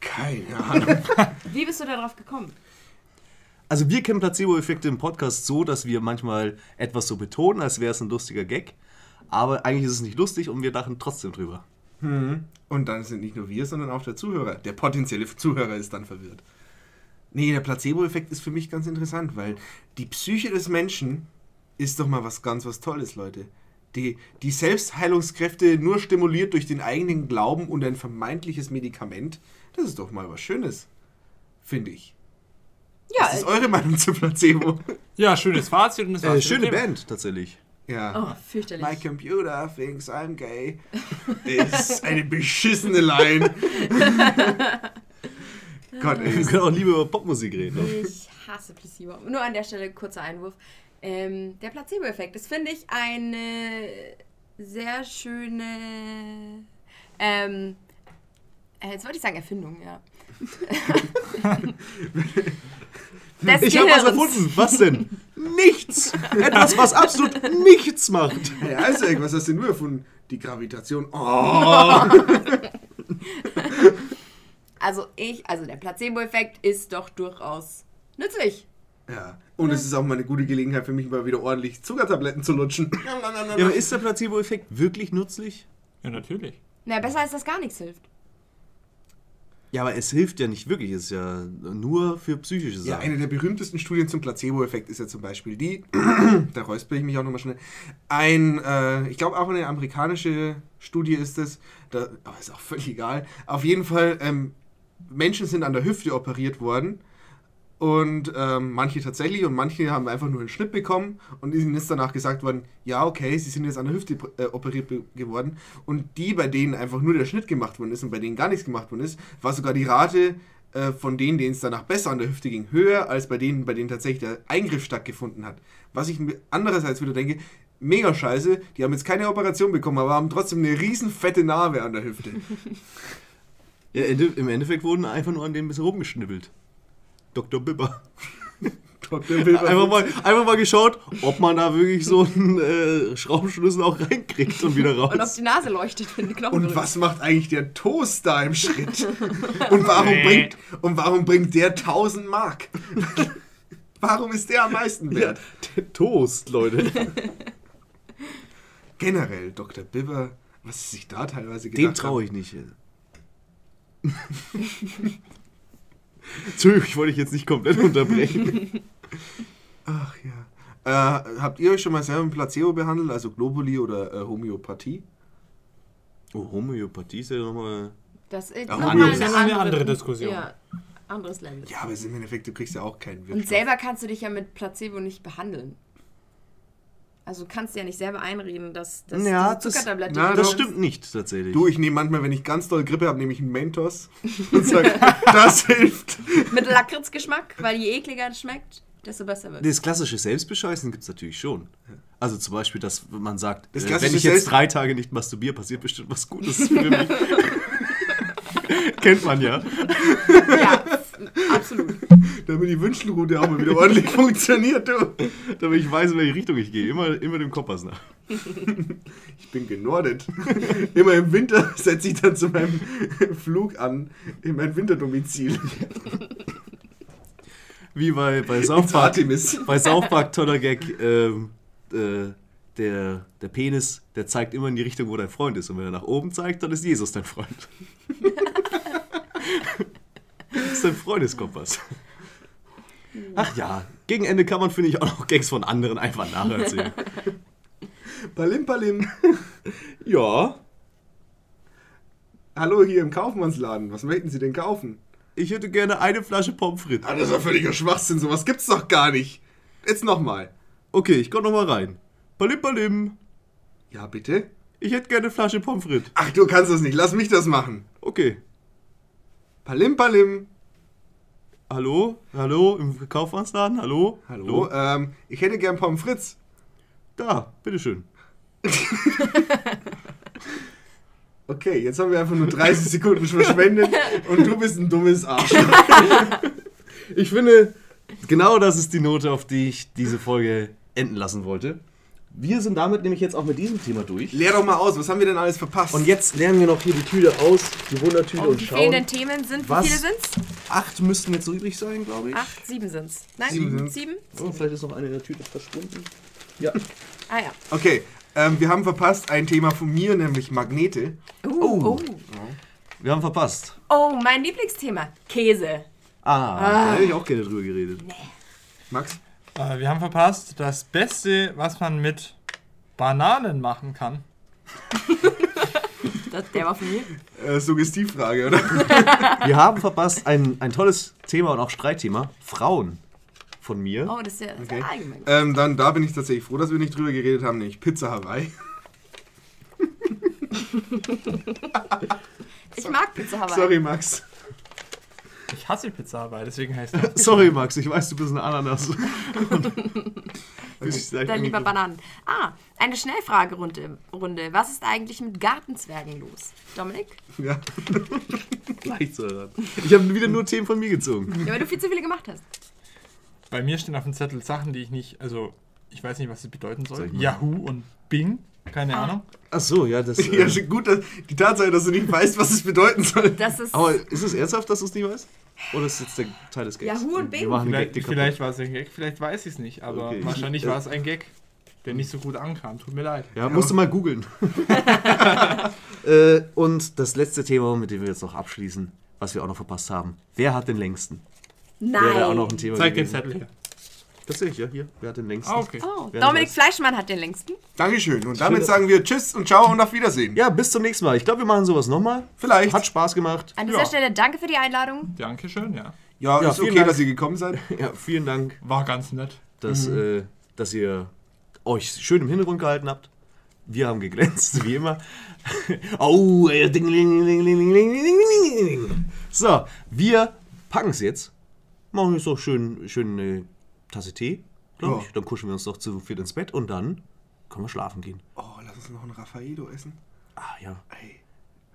Speaker 1: Keine Ahnung.
Speaker 4: Wie bist du darauf gekommen?
Speaker 2: Also wir kennen Placebo-Effekte im Podcast so, dass wir manchmal etwas so betonen, als wäre es ein lustiger Gag. Aber eigentlich ist es nicht lustig und wir lachen trotzdem drüber.
Speaker 1: Und dann sind nicht nur wir, sondern auch der Zuhörer. Der potenzielle Zuhörer ist dann verwirrt. Nee, der Placebo-Effekt ist für mich ganz interessant, weil die Psyche des Menschen ist doch mal was ganz was Tolles, Leute. Die, die Selbstheilungskräfte nur stimuliert durch den eigenen Glauben und ein vermeintliches Medikament, das ist doch mal was Schönes, finde ich.
Speaker 4: Ja, äh,
Speaker 1: Was ist eure Meinung zu Placebo?
Speaker 3: Ja, schönes Fazit und das war's.
Speaker 2: Äh,
Speaker 3: mit dem
Speaker 2: schöne
Speaker 3: Thema.
Speaker 2: Band tatsächlich.
Speaker 1: Ja.
Speaker 4: oh, fürchterlich.
Speaker 1: My computer thinks I'm gay. Das ist eine beschissene Line. Gott, ey,
Speaker 2: Wir können auch lieber über Popmusik reden.
Speaker 4: Ich hasse Placebo. Nur an der Stelle kurzer Einwurf. Ähm, der Placebo-Effekt ist, finde ich, eine sehr schöne. Ähm, äh, jetzt wollte ich sagen Erfindung, ja. Des
Speaker 2: Ich habe was
Speaker 4: Gehirns.
Speaker 2: erfunden. Was denn? Nichts. Etwas, was absolut nichts macht.
Speaker 1: Hey Isaac, was hast denn du erfunden? Die Gravitation. Oh,
Speaker 4: Also ich, also der Placebo-Effekt ist doch durchaus nützlich.
Speaker 1: ja. Und es ist auch mal eine gute Gelegenheit für mich, mal wieder ordentlich Zuckertabletten zu lutschen.
Speaker 2: Ja, aber ist der Placebo-Effekt wirklich nützlich?
Speaker 3: Ja, natürlich.
Speaker 4: Na, besser als dass gar nichts hilft.
Speaker 2: Ja, aber es hilft ja nicht wirklich. Es ist ja nur für psychische
Speaker 1: Ja,
Speaker 2: Sachen.
Speaker 1: Also eine der berühmtesten Studien zum Placebo-Effekt ist ja zum Beispiel die, da räusper ich mich auch nochmal schnell, ein, äh, ich glaube auch eine amerikanische Studie ist es, da, aber ist auch völlig egal. Auf jeden Fall, ähm, Menschen sind an der Hüfte operiert worden und ähm, manche tatsächlich und manche haben einfach nur einen Schnitt bekommen und ihnen ist danach gesagt worden, ja okay, sie sind jetzt an der Hüfte äh, operiert be- geworden und die, bei denen einfach nur der Schnitt gemacht worden ist und bei denen gar nichts gemacht worden ist, war sogar die Rate äh, von denen, denen es danach besser an der Hüfte ging, höher als bei denen, bei denen tatsächlich der Eingriff stattgefunden hat. Was ich mir andererseits wieder denke, mega scheiße, die haben jetzt keine Operation bekommen, aber haben trotzdem eine riesen fette Narbe an der Hüfte.
Speaker 2: Ja, Ende- Im Endeffekt wurden einfach nur an dem ein bisschen rumgeschnibbelt. Dr. Bibber. Einfach mal, einfach mal geschaut, ob man da wirklich so einen äh, Schraubenschlüssel auch reinkriegt und wieder
Speaker 4: Und ob
Speaker 2: raus.
Speaker 4: die Nase leuchtet, wenn die Knochen
Speaker 1: Und
Speaker 4: berühren.
Speaker 1: was macht eigentlich der Toaster im Schritt? Und warum bringt, und warum bringt der 1000 Mark? warum ist der am meisten wert?
Speaker 2: Der Toast, Leute.
Speaker 1: Generell, Dr. Bibber, was sie sich da teilweise gedacht
Speaker 2: Dem traue ich nicht. Entschuldigung, ich wollte dich jetzt nicht komplett unterbrechen.
Speaker 1: Ach ja. Äh, habt ihr euch schon mal selber mit Placebo behandelt, also Globuli oder äh, Homöopathie?
Speaker 2: Oh, Homöopathie ist ja nochmal.
Speaker 4: Das ist
Speaker 1: Ja,
Speaker 4: nochmal
Speaker 1: andere-
Speaker 3: das ist eine andere Diskussion.
Speaker 4: Ja, anderes Level.
Speaker 1: Ja, aber es ist im Endeffekt, du kriegst ja auch keinen Wirkstoff.
Speaker 4: Und selber kannst du dich ja mit Placebo nicht behandeln. Also du kannst dir ja nicht selber einreden, dass, dass
Speaker 2: Ja,
Speaker 4: diese
Speaker 2: das-
Speaker 4: Zuckertablette.
Speaker 1: na,
Speaker 4: die du
Speaker 2: Das
Speaker 4: nimmst-
Speaker 2: stimmt nicht tatsächlich.
Speaker 1: Du, ich nehme manchmal, wenn ich ganz doll Grippe habe, nehme ich einen Mentos und sage, das hilft.
Speaker 4: Mit Lakritzgeschmack, weil je ekliger es schmeckt, desto besser wird.
Speaker 2: Das klassische Selbstbescheißen gibt es natürlich schon. Also zum Beispiel, dass man sagt,
Speaker 1: Das
Speaker 2: äh,
Speaker 1: klassische
Speaker 2: wenn ich jetzt
Speaker 1: Selbst-
Speaker 2: drei Tage nicht masturbiere, passiert bestimmt was Gutes für mich. Kennt man ja.
Speaker 4: Ja, Absolut.
Speaker 1: Damit die Wünschelrute auch mal wieder ordentlich funktioniert, du.
Speaker 2: Damit ich weiß, in welche Richtung ich gehe. Immer, immer dem Kompass nach.
Speaker 1: Ich bin genordet. Immer im Winter setze ich dann zu meinem Flug an, in mein Winterdomizil.
Speaker 2: Wie bei, bei South
Speaker 1: Ins
Speaker 2: Park.
Speaker 1: Artemis.
Speaker 2: Bei South Park, toller Gag. Ähm, äh, der, der Penis, der zeigt immer in die Richtung, wo dein Freund ist. Und wenn er nach oben zeigt, dann ist Jesus dein Freund. das ist dein Freundeskompass. Ach ja, gegen Ende kann man, finde ich, auch noch Gags von anderen einfach nacherzählen.
Speaker 1: Palim, palim.
Speaker 2: ja,
Speaker 1: Hallo hier im Kaufmannsladen. Was möchten Sie denn kaufen?
Speaker 2: ich hätte gerne eine Flasche Pommes frites.
Speaker 1: Ah, das ist doch völliger Schwachsinn. Sowas gibt's doch gar nicht. Jetzt nochmal.
Speaker 2: Okay, ich komm noch mal rein. Palim, palim.
Speaker 1: Ja, bitte?
Speaker 2: Ich hätte gerne eine Flasche Pommes frites.
Speaker 1: Ach, du kannst das nicht. Lass mich das machen.
Speaker 2: Okay.
Speaker 1: Palim, palim.
Speaker 2: Hallo? Hallo? Im Kaufmannsladen? Hallo?
Speaker 1: Hallo, ähm, ich hätte gern Pommes Fritz.
Speaker 2: Da, bitteschön.
Speaker 1: Okay, jetzt haben wir einfach nur 30 Sekunden verschwendet und du bist ein dummes Arschloch.
Speaker 2: Ich finde, genau das ist die Note, auf die ich diese Folge enden lassen wollte. Wir sind damit nämlich jetzt auch mit diesem Thema durch.
Speaker 1: Leer doch mal aus, was haben wir denn alles verpasst?
Speaker 2: Und jetzt lernen wir noch hier die Tüte aus, die Wundertüte
Speaker 4: Und
Speaker 2: und
Speaker 4: Oh, die
Speaker 2: schauen.
Speaker 4: fehlenden Themen sind,
Speaker 2: Was?
Speaker 4: wie viele sind's?
Speaker 2: Acht müssten jetzt so übrig sein, glaube ich.
Speaker 4: Acht, sieben sind's. Nein,
Speaker 1: Sieben
Speaker 4: sieben?
Speaker 1: sind's.
Speaker 2: Oh, vielleicht ist noch eine in der Tüte verschwunden.
Speaker 4: Ah ja.
Speaker 1: Okay, ähm, wir haben verpasst ein Thema von mir, nämlich Magnete.
Speaker 4: Uh, oh.
Speaker 2: Wir haben verpasst.
Speaker 4: oh, mein Lieblingsthema. Käse.
Speaker 2: Ah, da hätte ich auch gerne drüber geredet.
Speaker 1: Max?
Speaker 6: Äh, wir haben verpasst, das Beste, was man mit Bananen machen kann.
Speaker 4: Das, der war von mir.
Speaker 1: Äh, Suggestivfrage, oder?
Speaker 2: Wir haben verpasst ein, ein tolles Thema und auch Streitthema. Frauen von mir.
Speaker 4: Oh, das ist ja das ist ja allgemein.
Speaker 1: ähm, dann da bin ich tatsächlich froh, dass wir nicht drüber geredet haben, nämlich Pizza Hawaii.
Speaker 4: Ich mag Pizza Hawaii.
Speaker 1: Sorry, Max.
Speaker 6: Ich hasse Pizza Hawaii, deswegen heißt das.
Speaker 2: Sorry, Max, ich weiß, du bist ein Ananas. Fühlst dich leicht
Speaker 4: Dann lieber
Speaker 2: angegriffen.
Speaker 4: Bananen. Ah, eine Schnellfragerunde. Runde. Was ist eigentlich mit Gartenzwergen los? Dominik?
Speaker 1: Ja.
Speaker 2: Leicht zu erraten. Ich habe wieder nur Themen von mir gezogen.
Speaker 4: Ja, weil du viel zu viele gemacht hast.
Speaker 6: Bei mir stehen auf dem Zettel Sachen, die ich nicht, also ich weiß nicht, was sie bedeuten
Speaker 2: Soll
Speaker 6: soll.
Speaker 2: ich mal-
Speaker 6: Yahoo und Bing, keine Ahnung.
Speaker 2: Ach so, ja, das.
Speaker 1: Ja,
Speaker 2: Äh,
Speaker 1: schon gut, dass die Tatsache, dass du nicht weißt, was es bedeuten soll.
Speaker 4: Das ist.
Speaker 2: aber ist es ernsthaft, dass du es nicht weißt? Oder ist jetzt der Teil des Gags?
Speaker 4: Yahoo und Bing.
Speaker 2: Wir machen den Gag,
Speaker 6: Vielleicht,
Speaker 2: den
Speaker 6: vielleicht war es ein Gag, vielleicht weiß ich es nicht, aber
Speaker 2: Okay.
Speaker 6: wahrscheinlich
Speaker 2: Äh,
Speaker 6: war es ein Gag, der nicht so gut ankam. Tut mir leid.
Speaker 2: Ja, musst du mal googeln. äh, und das letzte Thema, mit dem wir jetzt noch abschließen, was wir auch noch verpasst haben. Wer hat den längsten? Wäre auch noch ein
Speaker 4: Nein.
Speaker 2: Thema.
Speaker 6: Zeig den
Speaker 2: gewesen.
Speaker 6: Zettel her.
Speaker 2: Das sehe ich ja hier. Wer hat den längsten?
Speaker 6: Ah, okay.
Speaker 4: Oh,
Speaker 2: Wer
Speaker 4: Dominik
Speaker 2: weiß.
Speaker 4: Fleischmann hat den längsten.
Speaker 1: Dankeschön. Und damit sagen wir Tschüss und Ciao und auf Wiedersehen.
Speaker 2: Ja, bis zum nächsten Mal. Ich glaube, wir machen sowas nochmal.
Speaker 1: Vielleicht.
Speaker 2: Hat Spaß gemacht.
Speaker 4: An dieser
Speaker 6: Ja.
Speaker 4: Stelle danke für die Einladung.
Speaker 6: Dankeschön, ja.
Speaker 1: Ja,
Speaker 2: Ja,
Speaker 1: ist
Speaker 2: vielen
Speaker 1: okay,
Speaker 2: Dank.
Speaker 1: dass ihr gekommen seid.
Speaker 2: Ja, vielen Dank,
Speaker 6: War ganz nett.
Speaker 2: dass,
Speaker 1: Mhm.
Speaker 2: äh, dass ihr euch schön im Hintergrund gehalten habt. Wir haben geglänzt, wie immer. Au, äh, ding, ding, ding, ding, ding, ding, ding, ding, ding, ding. So, wir packen es jetzt. Machen jetzt noch schön, schön eine Tasse Tee, glaube
Speaker 1: Ja.
Speaker 2: ich. Dann kuscheln wir uns noch zu viert ins Bett und dann können wir schlafen gehen.
Speaker 1: Oh, lass uns noch ein Raffaello essen.
Speaker 2: Ah ja,
Speaker 1: Ey,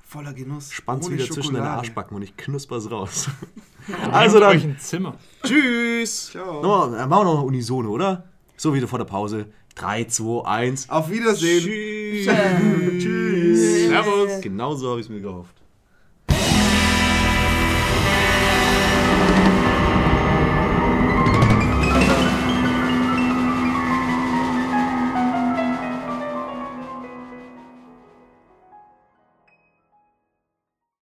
Speaker 1: voller Genuss.
Speaker 2: spann's
Speaker 1: ohne
Speaker 2: wieder zwischen deine
Speaker 1: Schokolade.
Speaker 2: Arschbacken und ich knusper's raus. also dann.
Speaker 6: Euch ein Zimmer.
Speaker 2: Tschüss.
Speaker 1: Ciao.
Speaker 2: Nochmal, äh, machen wir noch Unisone, oder? So wieder vor der Pause. 3, 2, 1.
Speaker 1: Auf Wiedersehen.
Speaker 2: Tschüss.
Speaker 1: Tschüss.
Speaker 2: Servus. Genau so habe ich es mir gehofft.